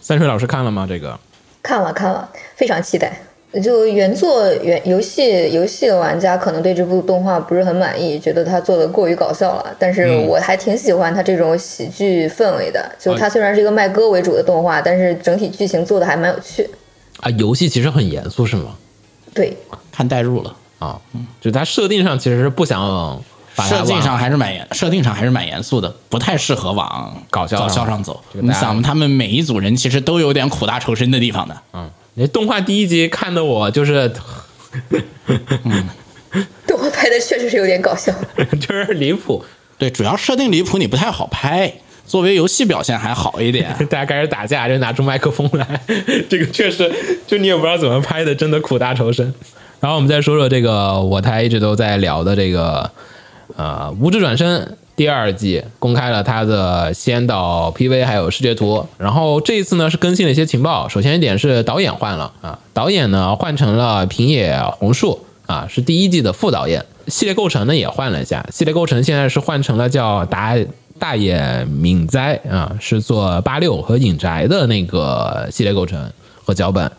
A: 三水老师看了吗？这个
C: 看了看了，非常期待。就原作原游戏游戏的玩家可能对这部动画不是很满意，觉得它做的过于搞笑了。但是我还挺喜欢它这种喜剧氛围的。就它虽然是一个卖歌为主的动画，但是整体剧情做的还蛮有趣。
A: 啊，游戏其实很严肃是吗？
C: 对，
B: 看代入了，
A: 啊、就它设定上其实是不想把它
B: 设
A: 往
B: 定上还是蛮严，设定上还是蛮严肃的，不太适合往
A: 搞笑上啊
B: 搞笑上走。
A: 这个
B: 你
A: 大家
B: 想，他们每一组人其实都有点苦大仇深的地方的。
A: 嗯，那动画第一集看的我就是， [laughs]
C: 动画拍的确实是有点搞笑。
A: 就是离谱。
B: 对，主要设定离谱，你不太好拍。作为游戏表现还好一点， [laughs]
A: 大家开始打架，就拿出麦克风来，这个确实，就你也不知道怎么拍的，真的苦大仇深。然后我们再说说这个我台一直都在聊的这个，呃，《无职转身》第二季公开了它的先导 PV 还有视觉图，然后这一次呢是更新了一些情报。首先一点是导演换了啊，导演呢换成了平野宏树啊，是第一季的副导演。系列构成呢也换了一下，系列构成现在是换成了叫达大野敏哉啊，是做八六和影宅的那个系列构成和脚本。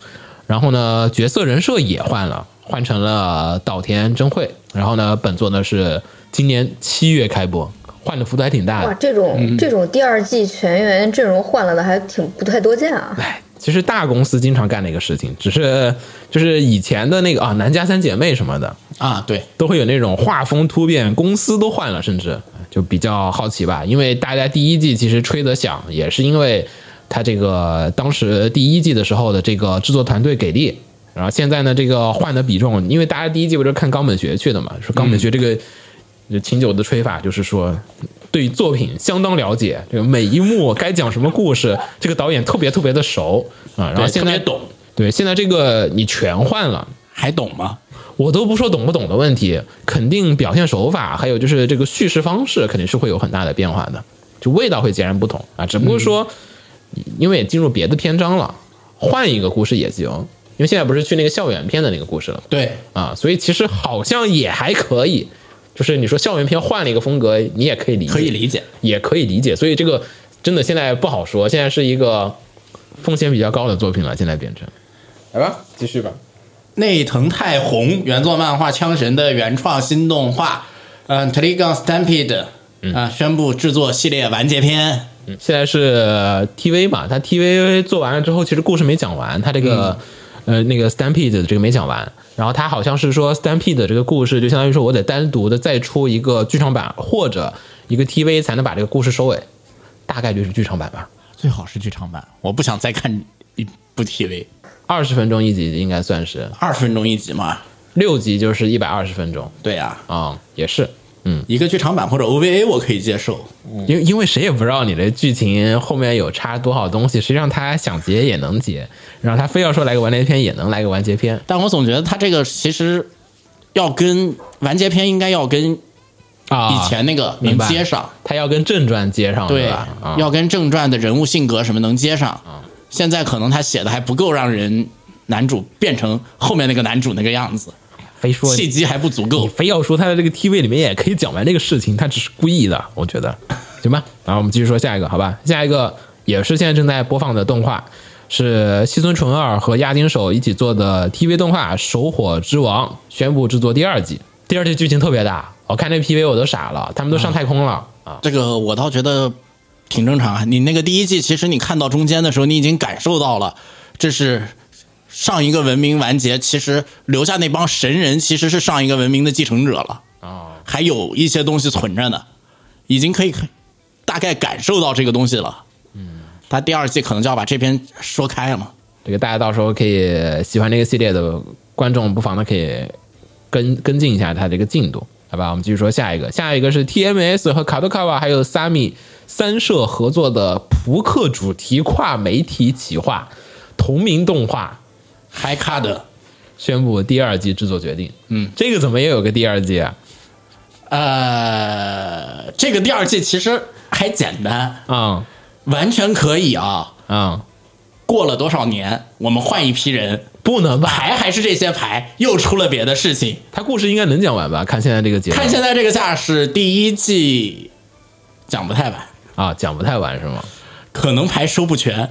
A: 然后呢，角色人设也换了，换成了岛田真惠。然后呢，本作呢是今年七月开播，换的幅度还挺大
C: 哇，
A: 的。
C: 这种、这种第二季全员阵容换了的还挺不太多见啊。
A: 哎，其实大公司经常干的一个事情，只是就是以前的那个啊，南家三姐妹什么的，
B: 啊，对，
A: 都会有那种画风突变，公司都换了，甚至就比较好奇吧，因为大家第一季其实吹得响，也是因为它这个当时第一季的时候的这个制作团队给力，然后现在呢这个换的比重，因为大家第一季不是看冈本学去的嘛，说冈本学这个就秦九的吹法就是说。对作品相当了解，这个每一幕该讲什么故事，这个导演特别特别的熟啊、然后
B: 对
A: 现
B: 特
A: 在
B: 别懂，
A: 对，现在这个你全换了，
B: 还懂吗？
A: 我都不说懂不懂的问题，肯定表现手法，还有就是这个叙事方式，肯定是会有很大的变化的，就味道会截然不同啊。只不过
B: 嗯
A: 说，因为也进入别的篇章了，换一个故事也行，因为现在不是去那个校园片的那个故事了嘛
B: 对，
A: 啊，所以其实好像也还可以。就是你说校园片换了一个风格，你也可以理解，
B: 可以理解。
A: 也可以理解。所以这个真的现在不好说，现在是一个风险比较高的作品了，现在变成。来吧，继续吧。
B: 内藤太宏原作漫画《枪神》的原创新动画，嗯、t r i g o n Stampede》啊、宣布制作系列完结篇。
A: 嗯，现在是呃 TV 嘛，它 TV 做完了之后，其实故事没讲完，它这个、呃那个 Stampede 的这个没讲完。然后它好像是说 Stampede 的这个故事，就相当于说我得单独的再出一个剧场版或者一个 TV 才能把这个故事收尾，大概率是剧场版吧。
B: 最好是剧场版，我不想再看一部 TV，
A: 二十分钟一集应该算是，
B: 二十分钟一集嘛。
A: 六集就是一百二十分钟
B: 对呀、
A: 啊、也是。
B: 一个剧场版或者 OVA 我可以接受。
A: 因为因为谁也不知道你的剧情后面有插多少东西，实际上他想结也能结，然后他非要说来个完结篇也能来个完结篇
B: 但我总觉得它这个其实要跟完结篇应该要跟
A: 啊
B: 以前那个
A: 明
B: 能
A: 白
B: 接上，
A: 他要跟正传接上
B: 对
A: 是吧？啊，
B: 要跟正传的人物性格什么能接上。现在可能他写的还不够让人男主变成后面那个男主那个样子，
A: 非说
B: 契机还不足
A: 你
B: 够。
A: 非要说他的这个 TV 里面也可以讲完这个事情，他只是故意的，我
B: [laughs]
A: 觉得，行吧。然后我们继续说下一个，好吧？下一个也是现在正在播放的动画，是西村纯二和押井守一起做的 TV 动画《守火之王》，宣布制作第二季。第二季剧情特别大，我看这 PV 我都傻了，他们都上太空了啊！
B: 这个我倒觉得挺正常啊。你那个第一季，其实你看到中间的时候，你已经感受到了，这是上一个文明完结，其实留下那帮神人其实是上一个文明的继承者了，
A: 啊，
B: 还有一些东西存着呢，已经可以大概感受到这个东西了。嗯，他第二季可能就要把这篇说开了嘛。
A: 这个大家到时候可以喜欢这个系列的观众，不妨呢可以跟跟进一下它这个进度，好吧？我们继续说下一个，下一个是 TMS 和卡多卡瓦还有 Sami 三社合作的扑克主题跨媒体企划同名动画
B: 嗨卡的，
A: 宣布第二季制作决定。
B: 嗯，
A: 这个怎么也有个第二季啊？
B: 呃，这个第二季其实还简单，
A: 啊、
B: 完全可以啊。
A: 嗯、啊、
B: 过了多少年，我们换一批人，
A: 不能吧？
B: 牌还是这些牌，又出了别的事情。
A: 它故事应该能讲完吧？看现在这个节奏，
B: 看现在这个架势，第一季讲不太完，
A: 啊，讲不太完是吗？
B: 可能牌收不全，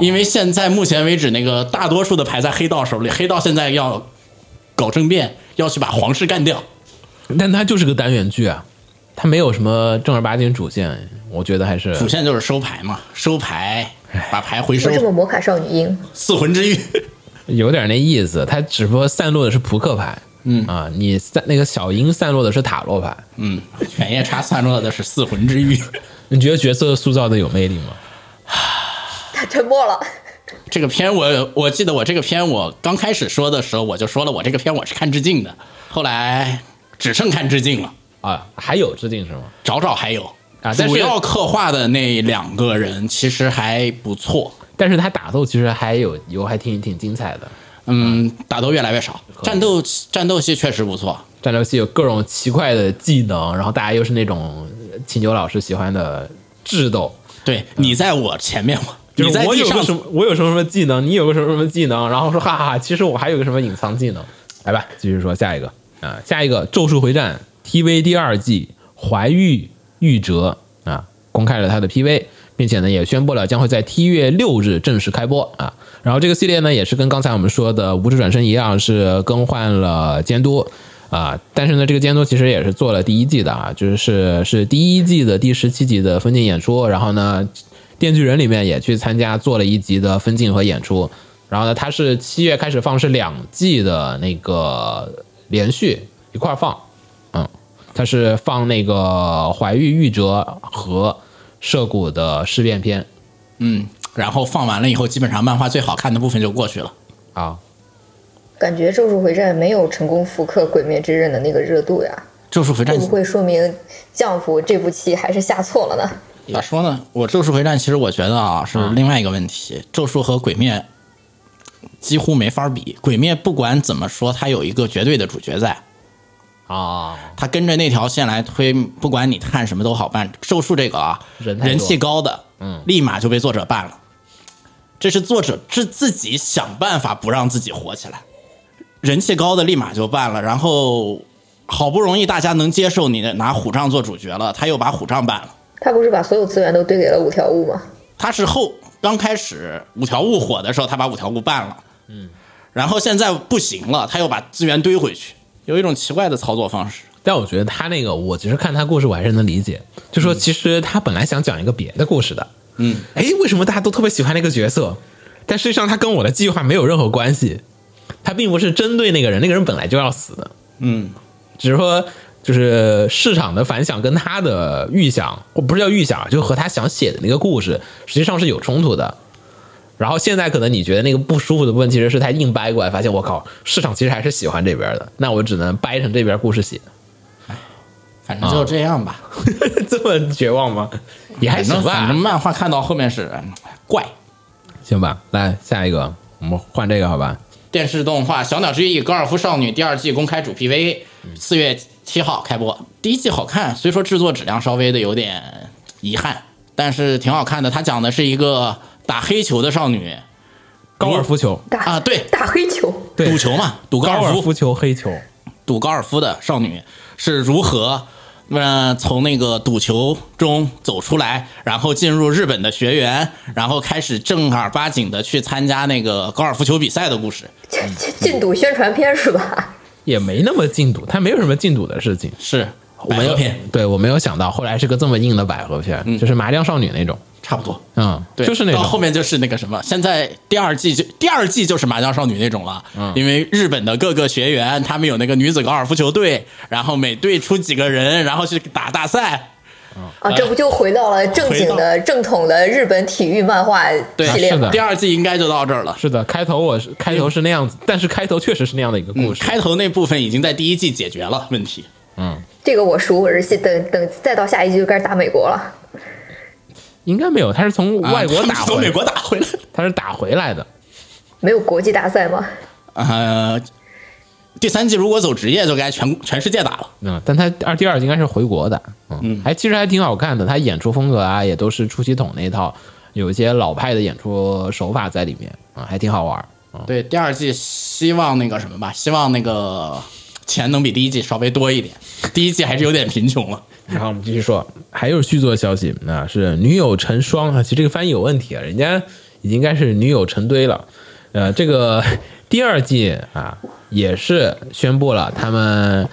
B: 因为现在目前为止，那个大多数的牌在黑道手里，黑道现在要搞政变，要去把皇室干掉。
A: 但它就是个单元剧啊，它没有什么正儿八经主线，我觉得还是
B: 主线就是收牌嘛，收牌，把牌回收
C: 为，什么魔卡少女樱？ [laughs]
B: 四魂之玉。
A: 有点那意思。它只不过散落的是扑克牌，嗯啊，你散那个小樱散落的是塔罗牌。
B: 嗯，犬夜叉散落的是四魂之玉。
A: 你觉得角色塑造的有魅力吗？
C: 他沉默了，
B: [laughs] 这个片我我记得我这个片我刚开始说的时候我就说了，我这个片我是看致敬的，后来只剩看致敬了，
A: 啊，还有致敬是吗？
B: 找找还有
A: 啊但是
B: 主要刻画的那两个人其实还不错，
A: 但是他打斗其实还有有还挺挺精彩的，
B: 嗯，打斗越来越少，战斗战斗戏确实不错，
A: 战斗系有各种奇怪的技能，然后大家又是那种呃秦九老师喜欢的智斗。
B: 对你在我前面我。
A: 嗯就
B: 你
A: 是
B: 在
A: 我
B: 地
A: 有个
B: 上
A: 什么，我有什么什么技能，你有个什么什么技能，然后说哈哈哈，其实我还有个什么隐藏技能。来吧，继续说下一个啊，下一个《咒术回战》TV 第二季怀玉玉哲啊，公开了他的 PV，并且呢也宣布了将会在七月六日正式开播啊。然后这个系列呢也是跟刚才我们说的《无职转身》一样，是更换了监督。啊，但是呢，这个监督其实也是做了第一季的啊，就是是是第一季的第十七集的分镜演出，然后呢，《电锯人》里面也去参加做了一集的分镜和演出。然后呢，它是七月开始放，是两季的那个连续一块儿放，嗯，它是放那个怀玉玉折和涉谷的事变篇
B: 嗯，然后放完了以后，基本上漫画最好看的部分就过去了。
A: 啊。
C: 感觉《咒术回战》没有成功复刻《鬼灭之刃》的那个热度呀，
B: 咒术回战
C: 会不会说明《降服》这部期还是下错了呢？
B: 咋说呢？我咒术回战其实我觉得啊是另外一个问
A: 嗯
B: 题，咒术和鬼灭几乎没法比。鬼灭不管怎么说，它有一个绝对的主角在，
A: 啊，
B: 它跟着那条线来推，不管你看什么都好办。咒术这个啊，
A: 人
B: 人
A: 太多
B: 气高的，嗯，立马就被作者办了。这是作者自自己想办法不让自己火起来，人气高的立马就办了，然后好不容易大家能接受你的拿虎杖做主角了，他又把虎杖办了。
C: 他不是把所有资源都堆给了五条悟吗？
B: 他是后刚开始五条悟火的时候，他把五条悟办了，嗯，然后现在不行了，他又把资源堆回去，有一种奇怪的操作方式。
A: 但我觉得他那个，我其实看他故事我还是能理解，就说其实他本来想讲一个别的故事的，
B: 嗯，
A: 哎，为什么大家都特别喜欢那个角色？但事实上他跟我的计划没有任何关系，他并不是针对那个人，那个人本来就要死的，
B: 嗯，
A: 只是说就是市场的反响跟他的预想，或不是叫预想，就和他想写的那个故事实际上是有冲突的。然后现在可能你觉得那个不舒服的部分，其实是他硬掰过来，发现我靠，市场其实还是喜欢这边的，那我只能掰成这边故事写，
B: 反正就这样吧。
A: [laughs] 这么绝望吗？
B: 哎
A: 也还
B: 反
A: 行
B: 正反
A: 吧
B: 正，漫画看到后面是嗯怪
A: 行吧，来下一个，我们换这个好吧？
B: 电视动画《小鸟之翼高尔夫少女》第二季公开主 PV，四
A: 嗯
B: 月七号开播。第一季好看，虽说制作质量稍微的有点遗憾，但是挺好看的。它讲的是一个打黑球的少女
A: 高尔夫球，
C: 大
B: 啊对
C: 大黑球，
A: 对
B: 赌球嘛，赌高
A: 高
B: 尔
A: 尔
B: 夫。
A: 夫球、黑球，
B: 赌高尔夫的少女是如何，呃，从那个赌球中走出来，然后进入日本的学员，然后开始正儿八经的去参加那个高尔夫球比赛的故事。
C: 这这禁赌宣传片是吧？
A: 也没那么禁赌，他没有什么禁赌的事情。
B: 是
A: 我没
B: 百合
A: 有
B: 篇，
A: 对我没有想到后来是个这么硬的百合片，就是麻将少女那种，
B: 差不多。
A: 嗯，
B: 对，
A: 就是那
B: 到后
A: 种，
B: 面就是那个什么，现在第二季就第二季就是麻将少女那种了，
A: 嗯
B: 因为日本的各个学员他们有那个女子高尔夫球队，然后每队出几个人，然后去打大赛，
C: 啊，这不就回到了正经的、正统的日本体育漫画
B: 对，
C: 系列
A: 是
C: 吗
A: 的？
B: 第二季应该就到这儿了。
A: 是的，开头我是开头是那样子，但是开头确实是那样的一个故
B: 嗯，
A: 事，嗯
B: 开头那部分已经在第一季解决了问题。
C: 这个我熟，我是信等等再到下一季就开始打美国了。
A: 应该没有，他是从外国
B: 啊他们
A: 打
B: 是
A: 回
B: 从
A: 来
B: 美国打回来
A: [laughs]
B: 的。
A: 他是打回来的，
C: 没有国际大赛吗？
B: 呃，第三季如果走职业，就该全全世界打了。
A: 嗯，但他二第二集应该是回国的，嗯，还其实还挺好看的，他演出风格啊也都是出气筒那一套，有一些老派的演出手法在里面啊、还挺好玩儿。
B: 对，第二季希望那个什么吧，希望那个钱能比第一季稍微多一点。第一季还是有点贫穷了。
A: 然后我们继续说，还有续作消息啊，是女友成双啊，其实这个翻译有问题啊，人家已经应该是女友成堆了。呃，这个第二季啊，也是宣布了他们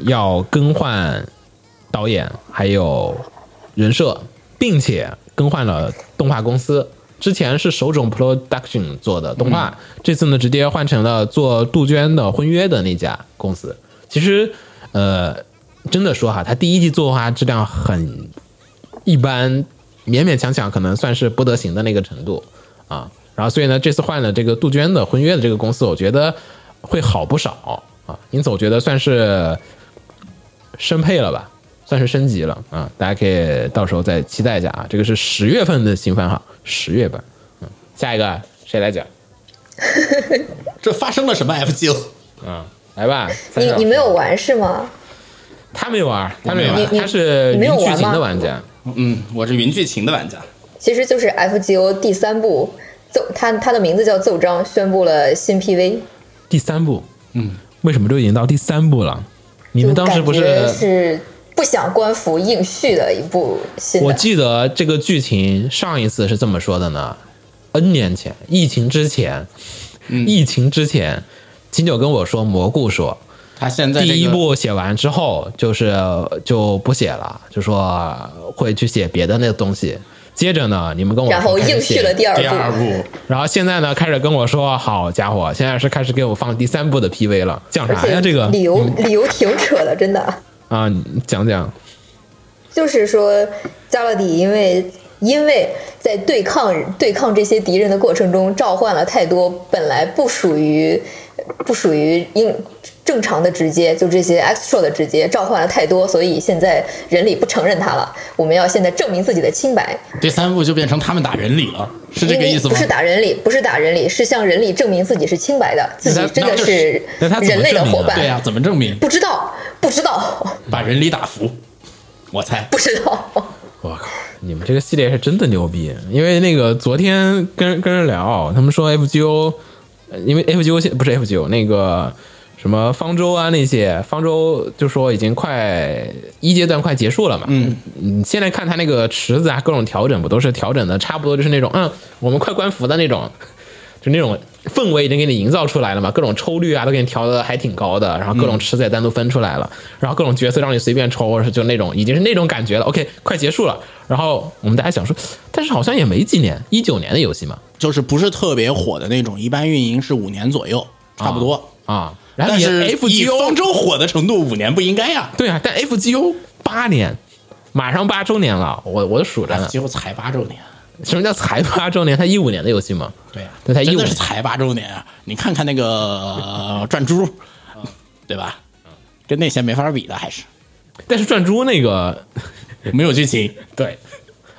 A: 要更换导演，还有人设，并且更换了动画公司。之前是手冢 Production 做的动画，这次呢直接换成了做杜鹃的婚约的那家公司。其实，呃，真的说哈，他第一季作画质量很一般，勉勉强强可能算是不得行的那个程度啊。然后所以呢，这次换了这个杜鹃的婚约的这个公司，我觉得会好不少啊。因此我觉得算是升配了吧，算是升级了啊。大家可以到时候再期待一下啊。这个是十月份的新番哈，十月份。嗯，下一个谁来讲？
B: 这发生了什么 FGO？
A: 嗯，来吧。三
C: 你
A: 少
C: 你没有玩是吗？
A: 他没玩，他没
B: 我没
A: 玩，
C: 你
A: 他是
C: 你没
A: 云
C: 有玩
A: 剧情的
C: 吗
A: 玩家。
B: 嗯，我是云剧情的玩家。
C: 其实就是 FGO 第三部奏，它它的名字叫奏章，宣布了新 PV。
A: 第三部，嗯，为什么都已经到第三部了？你们当时不
C: 就是感觉？是不想官服硬续的一部新
A: 我
C: 的？
A: 记得这个剧情上一次是这么说的呢，N 年前，疫情之前，
B: 嗯
A: 疫情之前，秦九跟我说，蘑菇说，
B: 他现在、这个、
A: 第一部写完之后，就是就不写了，就说会去写别的那个东西。接着呢，你们跟我
C: 然后
A: 说开始
C: 硬
A: 写
C: 续了第二
B: 第二部，
A: 然后现在呢，开始跟我说，好家伙，现在是开始给我放第三部的 PV 了，讲
C: 而
A: 啥呀？
C: 且
A: 这个
C: 理由理由挺扯的，真的。
A: 啊，你讲讲
C: 就是说，加勒底因为因为在对抗对抗这些敌人的过程中，召唤了太多本来不属于不属于应正常的直接，就这些 extra 的直接召唤了太多，所以现在人里不承认他了。我们要现在证明自己的清白，
B: 第三部就变成他们打人理了，是这个意思吗
C: 不？是打人里，不是打人里，是向人里证明自己是清白的，自己
A: 那他
C: 真
A: 那
C: 的
A: 他
C: 是
A: 那他怎么
C: 人类的
A: 证明啊
C: 伙
A: 的
C: 伴。
B: 对啊呀、怎么证明？
C: 不知道，不知道，
B: 把人理打服，我猜。
C: 不知道。
A: 我靠，你们这个系列是真的牛逼！因为那个昨天跟跟人聊，他们说 FGO，呃因为 FGO 现不是 FGO 那个什么方舟啊那些，方舟就说已经快一阶段快结束了嘛。嗯，你现在看他那个池子啊，各种调整不都是调整的差不多就是那种嗯，我们快关服的那种。就那种氛围已经给你营造出来了嘛，各种抽率啊都给你调的还挺高的，然后各种池子也单独分出来了，然后各种角色让你随便抽，就那种已经是那种感觉了。OK，快结束了，然后我们大家想说，但是好像也没几年，一九年的游戏嘛，
B: 就是不是特别火的那种，一般运营是五年左右，差不多。
A: 啊，然后
B: 但
A: 你
B: 是以
A: FGO
B: 方舟火的程度，五年不应该呀、
A: 对啊，但 FGO 八年，马上八周年了，我我都数着呢。
B: 结果才八周年，
A: 什么叫才八周年？它一五年的游戏嘛，
B: 对呀、
A: 对它一
B: 真
A: 五
B: 的是才八周年啊！你看看那个呃 [laughs] 转珠，对吧？跟那些没法比的，还是
A: 但是转珠那个
B: 没有剧
A: [laughs]
B: 情。
A: 对，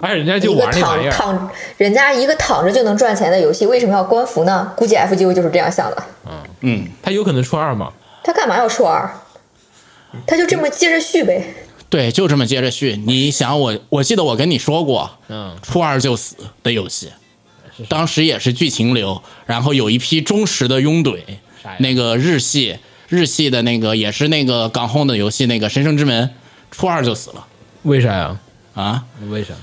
A: 而且人家就
C: 一个
A: 玩那玩意
C: 躺
A: 儿，
C: 躺，人家一个躺着就能赚钱的游戏，为什么要官服呢？估计 FGO 就是这样想的。
B: 嗯，
A: 他有可能出二嘛，
C: 他干嘛要出二？他就这么接着续呗。
B: 对，就这么接着续。你想我，我记得我跟你说过，
A: 嗯，
B: 初二就死的游戏，当时也是剧情流，然后有一批忠实的拥怼
A: 啥呀，
B: 那个日系日系的那个也是那个港轰的游戏，那个《神圣之门》，初二就死了
A: 为啥呀？
B: 啊。
A: 为啥？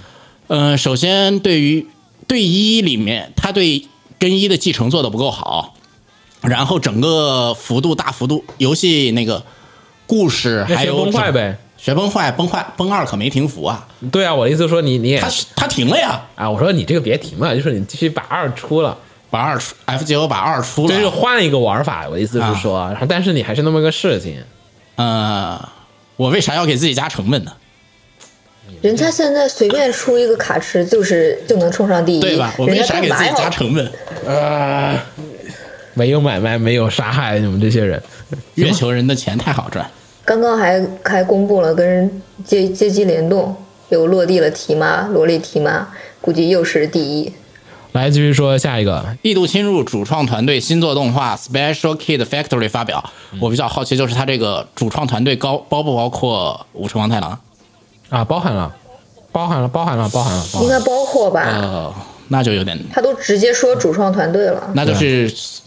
B: 嗯，首先对于对一里面，他对跟一的继承做的不够好，然后整个幅度大幅度游戏那个故事
A: 那
B: 还
A: 学
B: 有
A: 崩坏
B: 整，
A: 呗。
B: 学崩坏崩坏崩二可没停服啊，
A: 对啊，我的意思说你你也
B: 他他停了呀，
A: 啊，我说你这个别停了，就是你继续把二出了，
B: 把二出 FGO 把二出了，啊
A: 就是换一个玩法。我的意思是说，然后但是你还是那么个事情，
B: 呃，我为啥要给自己加成本呢？
C: 人家现在随便出一个卡池，就是就能冲上第一，
B: 对吧？我
C: 嗯人
B: 为
C: 家
B: 啥
C: 干
B: 给自
C: 嘛
B: 己加
C: 要？
B: 成
A: [laughs]
B: 本？呃
A: 没有买卖，没有杀害你们这些人。
B: 月球人的钱太好赚，
C: 刚刚还还公布了跟街街机联动，有落地了提妈，萝莉提妈，估计又是第一。
A: 来，继续说下一个，
B: 《异度侵入》主创团队新作动画《Special Kid Factory》发表。
A: 嗯
B: 我比较好奇，就是他这个主创团队高包不包括武城王太郎？
A: 啊，包含了，包含了，包含了，包含了，包含
C: 应
A: 了
C: 该包括吧？
A: 哦
B: 呃，那就有点，
C: 他都直接说主创团队了，
B: 那就是
A: 啊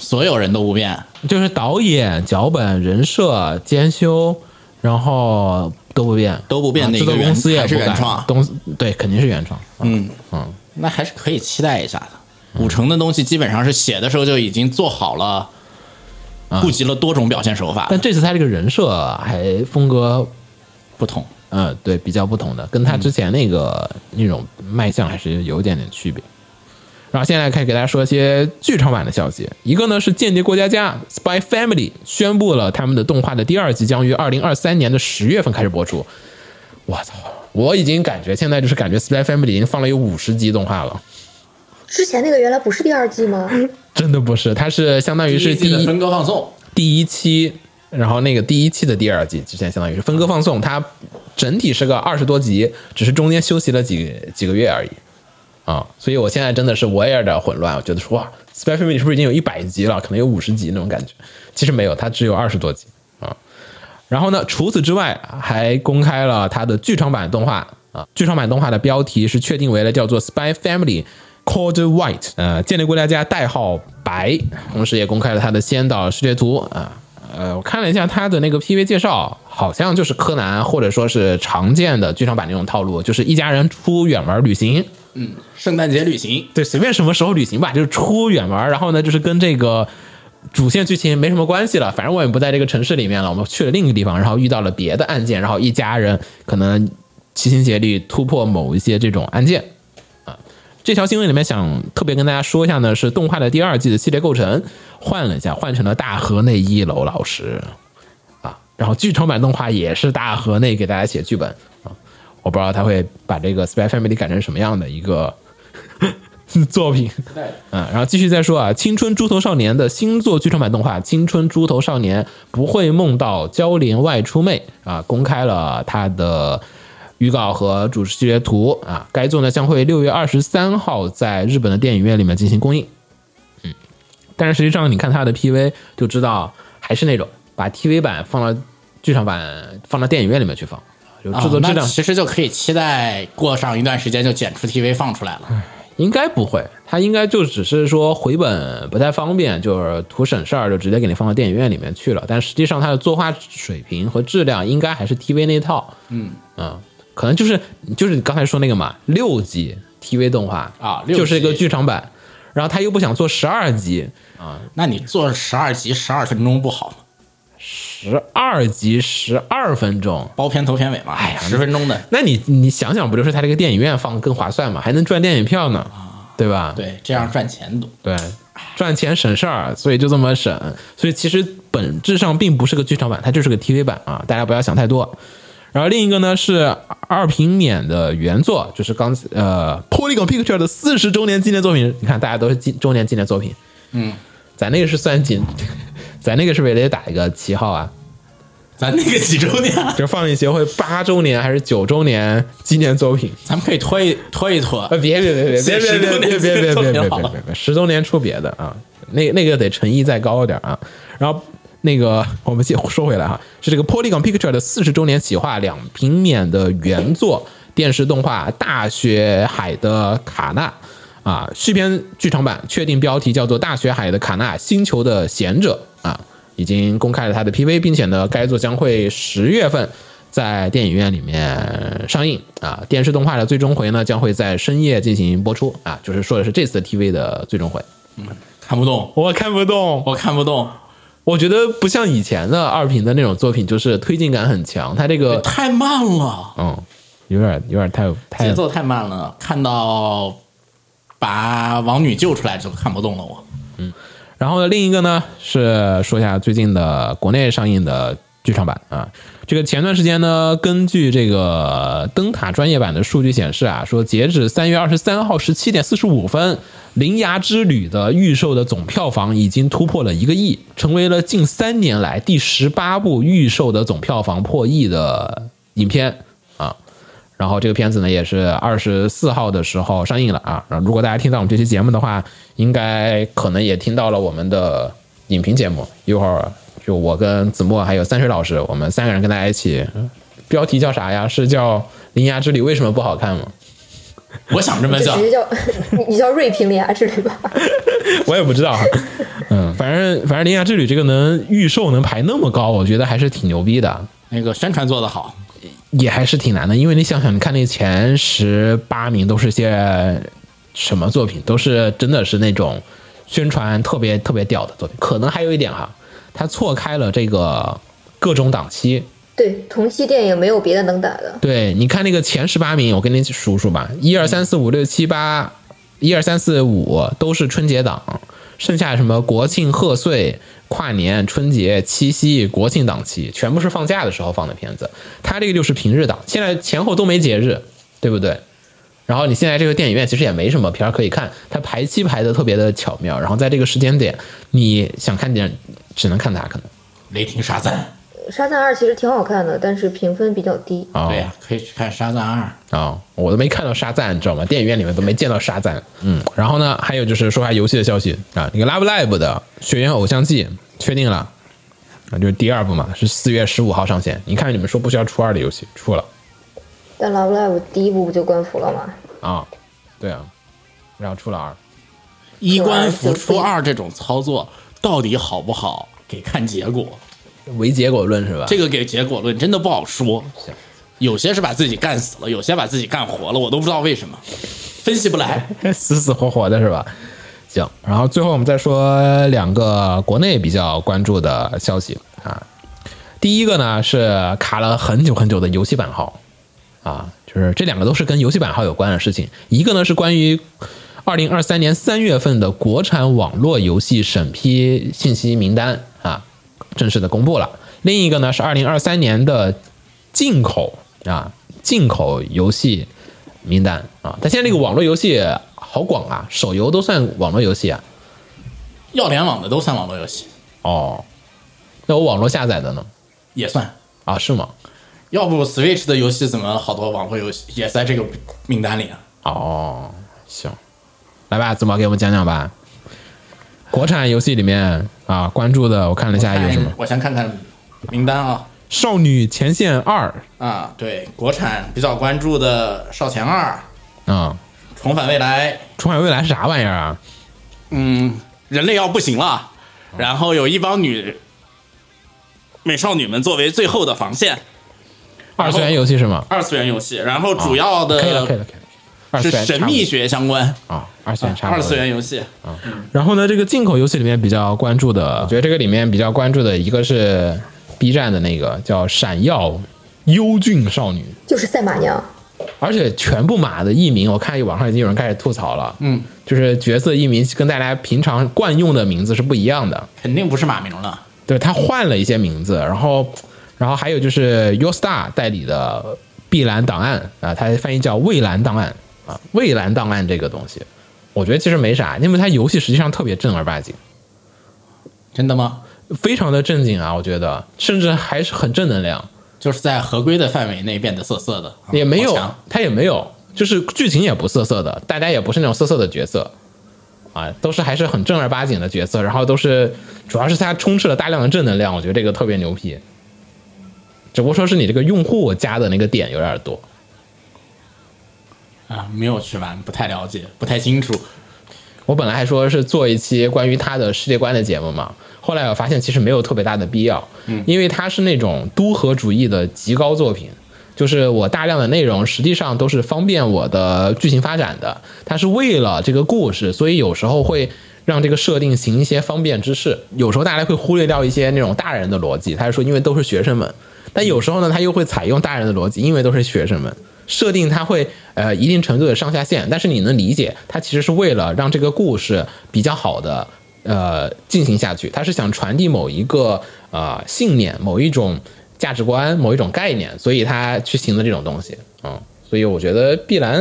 B: 所有人都不变。
A: 就是导演、脚本、人设、监修，然后都不变，
B: 都不变
A: 啊
B: 的一
A: 制
B: 个
A: 作
B: 原
A: 公司也
B: 还是
A: 不改
B: 原创
A: 东西对，肯定是原创。嗯
B: 嗯，
A: 嗯，
B: 那还是可以期待一下的。武城的东西基本上是写的时候就已经做好了，顾及了多种表现手法，
A: 啊但这次他这个人设还风格
B: 不同。
A: 嗯，对，比较不同的，跟他之前那个、那种卖相还是有一点点区别。然后现在开始给大家说一些剧场版的消息，一个呢是《间谍过家家》（Spy Family） 宣布了他们的动画的第二季将于二零二三年的十月份开始播出。我操！我已经感觉现在就是感觉《Spy Family》已经放了有五十集动画了，
C: 之前那个原来不是第二季吗？
A: 真的不是，它是相当于是第
B: 第一季
A: 一
B: 的分割放送，
A: 第一期，然后那个第一期的第二季之前相当于是分割放送，它整体是个二十多集，只是中间休息了几几个月而已啊。所以我现在真的是我也有点混乱，我觉得说哇，Spy Family 是不是已经有一百集了？可能有五十集那种感觉，其实没有，它只有二十多集啊。然后呢，除此之外还公开了它的剧场版动画啊，剧场版动画的标题是确定为了叫做《Spy Family》。Called White，呃，建立过家家代号白，同时也公开了他的先导视觉图啊、呃，我看了一下他的那个 PV 介绍，好像就是柯南或者说是常见的剧场版那种套路，就是一家人出远门旅行，
B: 圣诞节旅行，
A: 对，随便什么时候旅行吧，就是出远门儿，然后呢，就是跟这个主线剧情没什么关系了，反正我也不在这个城市里面了，我们去了另一个地方，然后遇到了别的案件，然后一家人可能齐心协力突破某一些这种案件啊。这条新闻里面想特别跟大家说一下呢，是动画的第二季的系列构成换了一下，换成了大河内一楼老师。啊，然后剧场版动画也是大河内给大家写剧本啊，我不知道他会把这个《Spy Family》改成什么样的一个 [laughs] 作品。嗯，然后继续再说啊，《青春猪头少年》的新作剧场版动画《青春猪头少年不会梦到娇莲外出妹》啊，公开了它的预告和主视觉图啊。该作呢将会六月二十三号在日本的电影院里面进行公映。嗯，但是实际上你看它的 PV 就知道，还是那种把 TV 版放到剧场版放到电影院里面去放，就制作质
B: 啊哦那
A: 量
B: 其实就可以期待过上一段时间就剪出 TV 放出来
A: 嗯
B: 了。
A: 应该不会，他应该就只是说回本不太方便，就是图省事儿，就直接给你放到电影院里面去了。但实际上，它的作画水平和质量应该还是 TV 那套。嗯可能就是就是你刚才说那个嘛，六集 TV 动画
B: 啊六集
A: 就是一个剧场版，然后他又不想做十二集，
B: 那你做十二集十二分钟不好吗？
A: 十二集十二分钟，
B: 包片头片尾嘛，
A: 哎呀
B: 十分钟的，
A: 那你你想想，不就是他这个电影院放更划算嘛，还能赚电影票呢，
B: 啊
A: 对吧？
B: 对，这样赚钱多。
A: 对，赚钱省事儿，所以就这么省。所以其实本质上并不是个剧场版，它就是个 TV 版啊，大家不要想太多。然后另一个呢是二平勉的原作，就是刚呃 Polygon Picture 的四十周年纪念作品。你看，大家都是纪周年纪念作品，
B: 嗯，
A: [laughs] 咱那个是算紧，咱那个是不是也得打一个旗号啊？
B: [laughs] 咱那个几周年，
A: 就是放映协会八周年还是九周年纪念作品？
B: [laughs] 咱们可以拖一拖一拖
A: 啊，。别别别别别别别别别别别别别别，十周年出别的啊，那那个得诚意再高一点啊。然后那个我们先说回来哈、是这个 Polygon Picture 的四十周年企划两平面的原作电视动画《大学海的卡纳》。啊，续篇剧场版确定标题叫做《大学海的卡纳：星球的贤者》啊，已经公开了它的 PV，并且呢，该作将会十月份在电影院里面上映啊。电视动画的最终回呢，将会在深夜进行播出啊，就是说的是这次 TV 的最终回。
B: 看不懂，
A: 我看不懂，
B: 我看不懂，
A: 我觉得不像以前的二平的那种作品，就是推进感很强，它这个
B: 太慢了，
A: 嗯，有点有点太
B: 节
A: 太
B: 奏太慢了。看到把王女救出来就看不动了 [laughs] 我。
A: 然后呢，另一个呢是说一下最近的国内上映的剧场版啊。这个前段时间呢，根据这个灯塔专业版的数据显示啊，说截止三月二十三号十七点四十五分，《铃芽之旅》的预售的总票房已经突破了一个亿，成为了近三年来第十八部预售的总票房破亿的影片啊。然后这个片子呢也是二十四号的时候上映了啊。然后如果大家听到我们这期节目的话，应该可能也听到了我们的影评节目。一会儿就我跟子墨还有三水老师，我们三个人跟大家一起，标题叫啥呀？是叫《铃芽之旅》为什么不好看吗？
B: 我想这么
C: 就
B: 叫
C: 直，接叫你你叫 [laughs] 瑞平牙之旅吧。 [laughs]
A: 我也不知道。 [laughs] 嗯，反正反正《铃芽之旅》这个能预售能排那么高，我觉得还是挺牛逼的。
B: 那个宣传做得好，
A: 也还是挺难的，因为你想想，你看那前十八名都是些什么作品，都是真的是那种宣传特别特别屌的作品。可能还有一点哈，它错开了这个各种档期。
C: 对，同期电影没有别的能打的。
A: 对，你看那个前十八名，我跟你数数吧，一二三四五六七八，一二三四五都是春节档，剩下什么国庆、贺岁、跨年、春节、七夕、国庆档期，全部是放假的时候放的片子。它这个就是平日档，现在前后都没节日，对不对？然后你现在这个电影院其实也没什么片儿可以看，它排期排的特别的巧妙，然后在这个时间点，你想看点只能看它可能
B: 雷霆沙赞，
C: 《沙赞二》其实挺好看的，但是评分比较低。
A: 啊。
B: 对呀、可以去看沙赞二。
A: 啊、我都没看到沙赞，你知道吗？电影院里面都没见到沙赞。嗯，然后呢，还有就是说下游戏的消息啊，那个《Love Live》的《学员偶像季》确定了，啊，就是第二部嘛，是四月十五号上线。你看你们说不需要初二的游戏出了
C: 但《Love Live》第一部不就官服了吗？
A: 啊，对啊，然后出了二，
B: 一官服出二这种操作到底好不好，给看结果。
A: 唯结果论是吧？
B: 这个给结果论真的不好说
A: 啊行，
B: 有些是把自己干死了，有些把自己干活了，我都不知道为什么，分析不
A: [laughs]
B: 来。
A: 死死活活的是吧？行，然后最后我们再说两个国内比较关注的消息啊。第一个呢是卡了很久很久的游戏版号啊，就是这两个都是跟游戏版号有关的事情。一个呢是关于二零二三年三月份的国产网络游戏审批信息名单啊，正式的公布了。另一个呢是二零二三年的进口啊，进口游戏名单啊。但现在这个网络游戏好广啊，手游都算网络游戏啊。
B: 要联网的都算网络游戏，
A: 哦，那我网络下载的呢？
B: 也算。
A: 啊，是吗？
B: 要不 Switch 的游戏怎么好多网络游戏也在这个名单里啊？
A: 哦，行，来吧，子毛给我们讲讲吧。国产游戏里面啊，关注的我看了一下有什么，《
B: 我先看看名单啊。
A: 少女前线二
B: 啊，对，国产比较关注的《少前二》
A: 啊，《
B: 《重返未来》，
A: 重返未来》是啥玩意儿啊？
B: 嗯，人类要不行了，然后有一帮女美少女们作为最后的防线，
A: 二次元游戏是吗？
B: 二次元游戏，然后主要
A: 啊可以了，可
B: 的
A: 以了，可以了。二
B: 是
A: 次元
B: 神秘学相关，
A: 差不多啊，二次元差不多
B: 二次元游戏，
A: 然后呢，这个进口游戏里面比较关注的，我觉得这个里面比较关注的一个是 B 站的那个叫《闪耀幽俊少女》，
C: 就是赛马娘，
A: 而且全部马的译名，我看网上已经有人开始吐槽了，
B: 嗯，
A: 就是角色译名跟大家平常惯用的名字是不一样的，
B: 肯定不是马明了。
A: 对他换了一些名字，然后，然后还有就是 Your Star 代理的碧蓝档案啊，它翻译叫蔚蓝档案啊，蔚蓝档案这个东西，我觉得其实没啥，因为它游戏实际上特别正儿八经，
B: 真的吗？
A: 非常的正经啊，我觉得，甚至还是很正能
B: 哦
A: 量，
B: 就是在合规的范围内变得色色的，啊
A: 嗯也没
B: 好
A: 有
B: 强，
A: 它也没有，就是剧情也不涩涩的，大家也不是那种涩涩的角色。啊，都是还是很正儿八经的角色，然后都是，主要是它充斥了大量的正能量，我觉得这个特别牛批。只不过说是你这个用户加的那个点有点多，
B: 啊！没有去玩，不太了解，不太清楚。
A: 我本来还说是做一期关于他的世界观的节目嘛，后来我发现其实没有特别大的必要，
B: 嗯
A: 因为它是那种都合主义的极高作品，就是我大量的内容实际上都是方便我的剧情发展的，它是为了这个故事，所以有时候会让这个设定行一些方便之事，有时候大家会忽略掉一些那种大人的逻辑，他就说因为都是学生们，但有时候呢，他又会采用大人的逻辑，因为都是学生们。设定它会呃一定程度的上下限，但是你能理解，它其实是为了让这个故事比较好的呃进行下去，它是想传递某一个呃信念、某一种价值观、某一种概念，所以它去行的这种东西嗯。所以我觉得碧蓝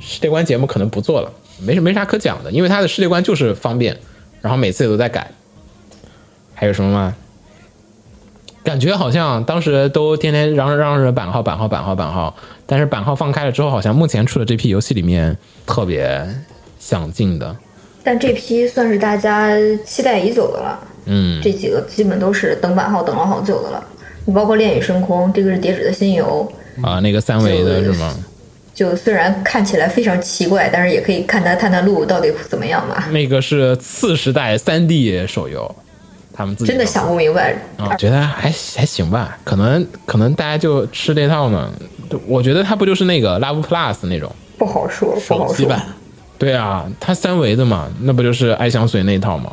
A: 世界观节目可能不做了，没什没啥可讲的，因为它的世界观就是方便，然后每次也都在改。还有什么吗？感觉好像当时都天天嚷嚷着版号版号版号版号，但是版号放开了之后，好像目前出的这批游戏里面特别想进的，
C: 但这批算是大家期待已久的了。
A: 嗯，
C: 这几个基本都是等版号等了好久的了。你包括《恋与深空》，这个是叠纸的新游，
A: 啊、那个三维的是吗？
C: 就虽然看起来非常奇怪，但是也可以看它探探路到底怎么样嘛。
A: 那个是次时代三 D 手游，他们自己
C: 真的想不明白，
A: 啊，觉得还还行吧，可能可能大家就吃这套呢。我觉得它不就是那个 Love Plus 那种？
C: 不好说，不好
B: 手机
C: 说。
B: 版
A: 对啊，它三维的嘛，那不就是爱相随那套嘛？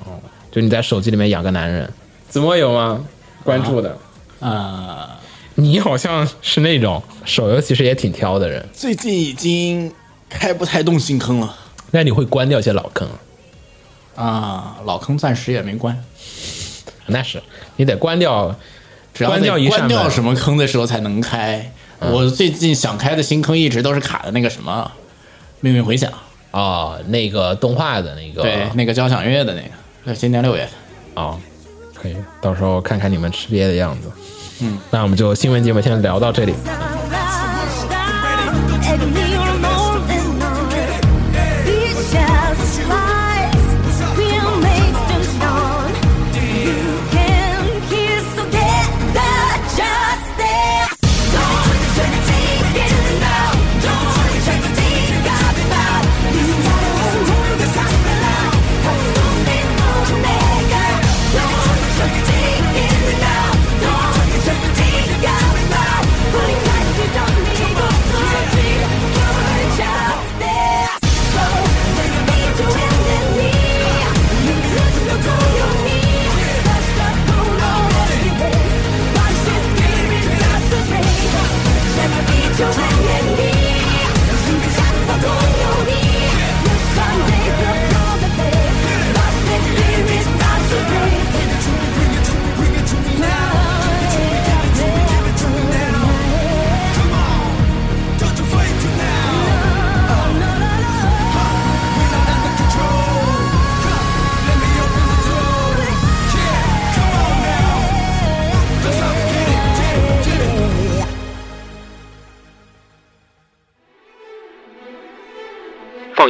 A: 就你在手机里面养个男人，子墨有吗？关注
C: 啊
A: 的、
B: 呃，
A: [laughs] 你好像是那种手游其实也挺挑的人，
B: 最近已经开不太动新坑了
A: 那你会关掉一些老坑，
B: 啊，老坑暂时也没关，
A: 那是你得关掉。
B: 只要
A: 关
B: 在
A: 掉一扇
B: 关
A: 门嗯
B: 掉什么坑的时候才能开。我最近想开的新坑一直都是卡的那个什么命运回响，
A: 哦，那个动画的那个，
B: 对，那个交响乐的那个，对今年六月份。
A: 哦，可以，到时候看看你们吃瘪的样子。嗯，那我们就新闻节目先聊到这里。
D: Just take out loud, putting life you don't need.
E: 放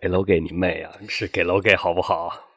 F: 给楼给你妹啊！是给楼给好不好？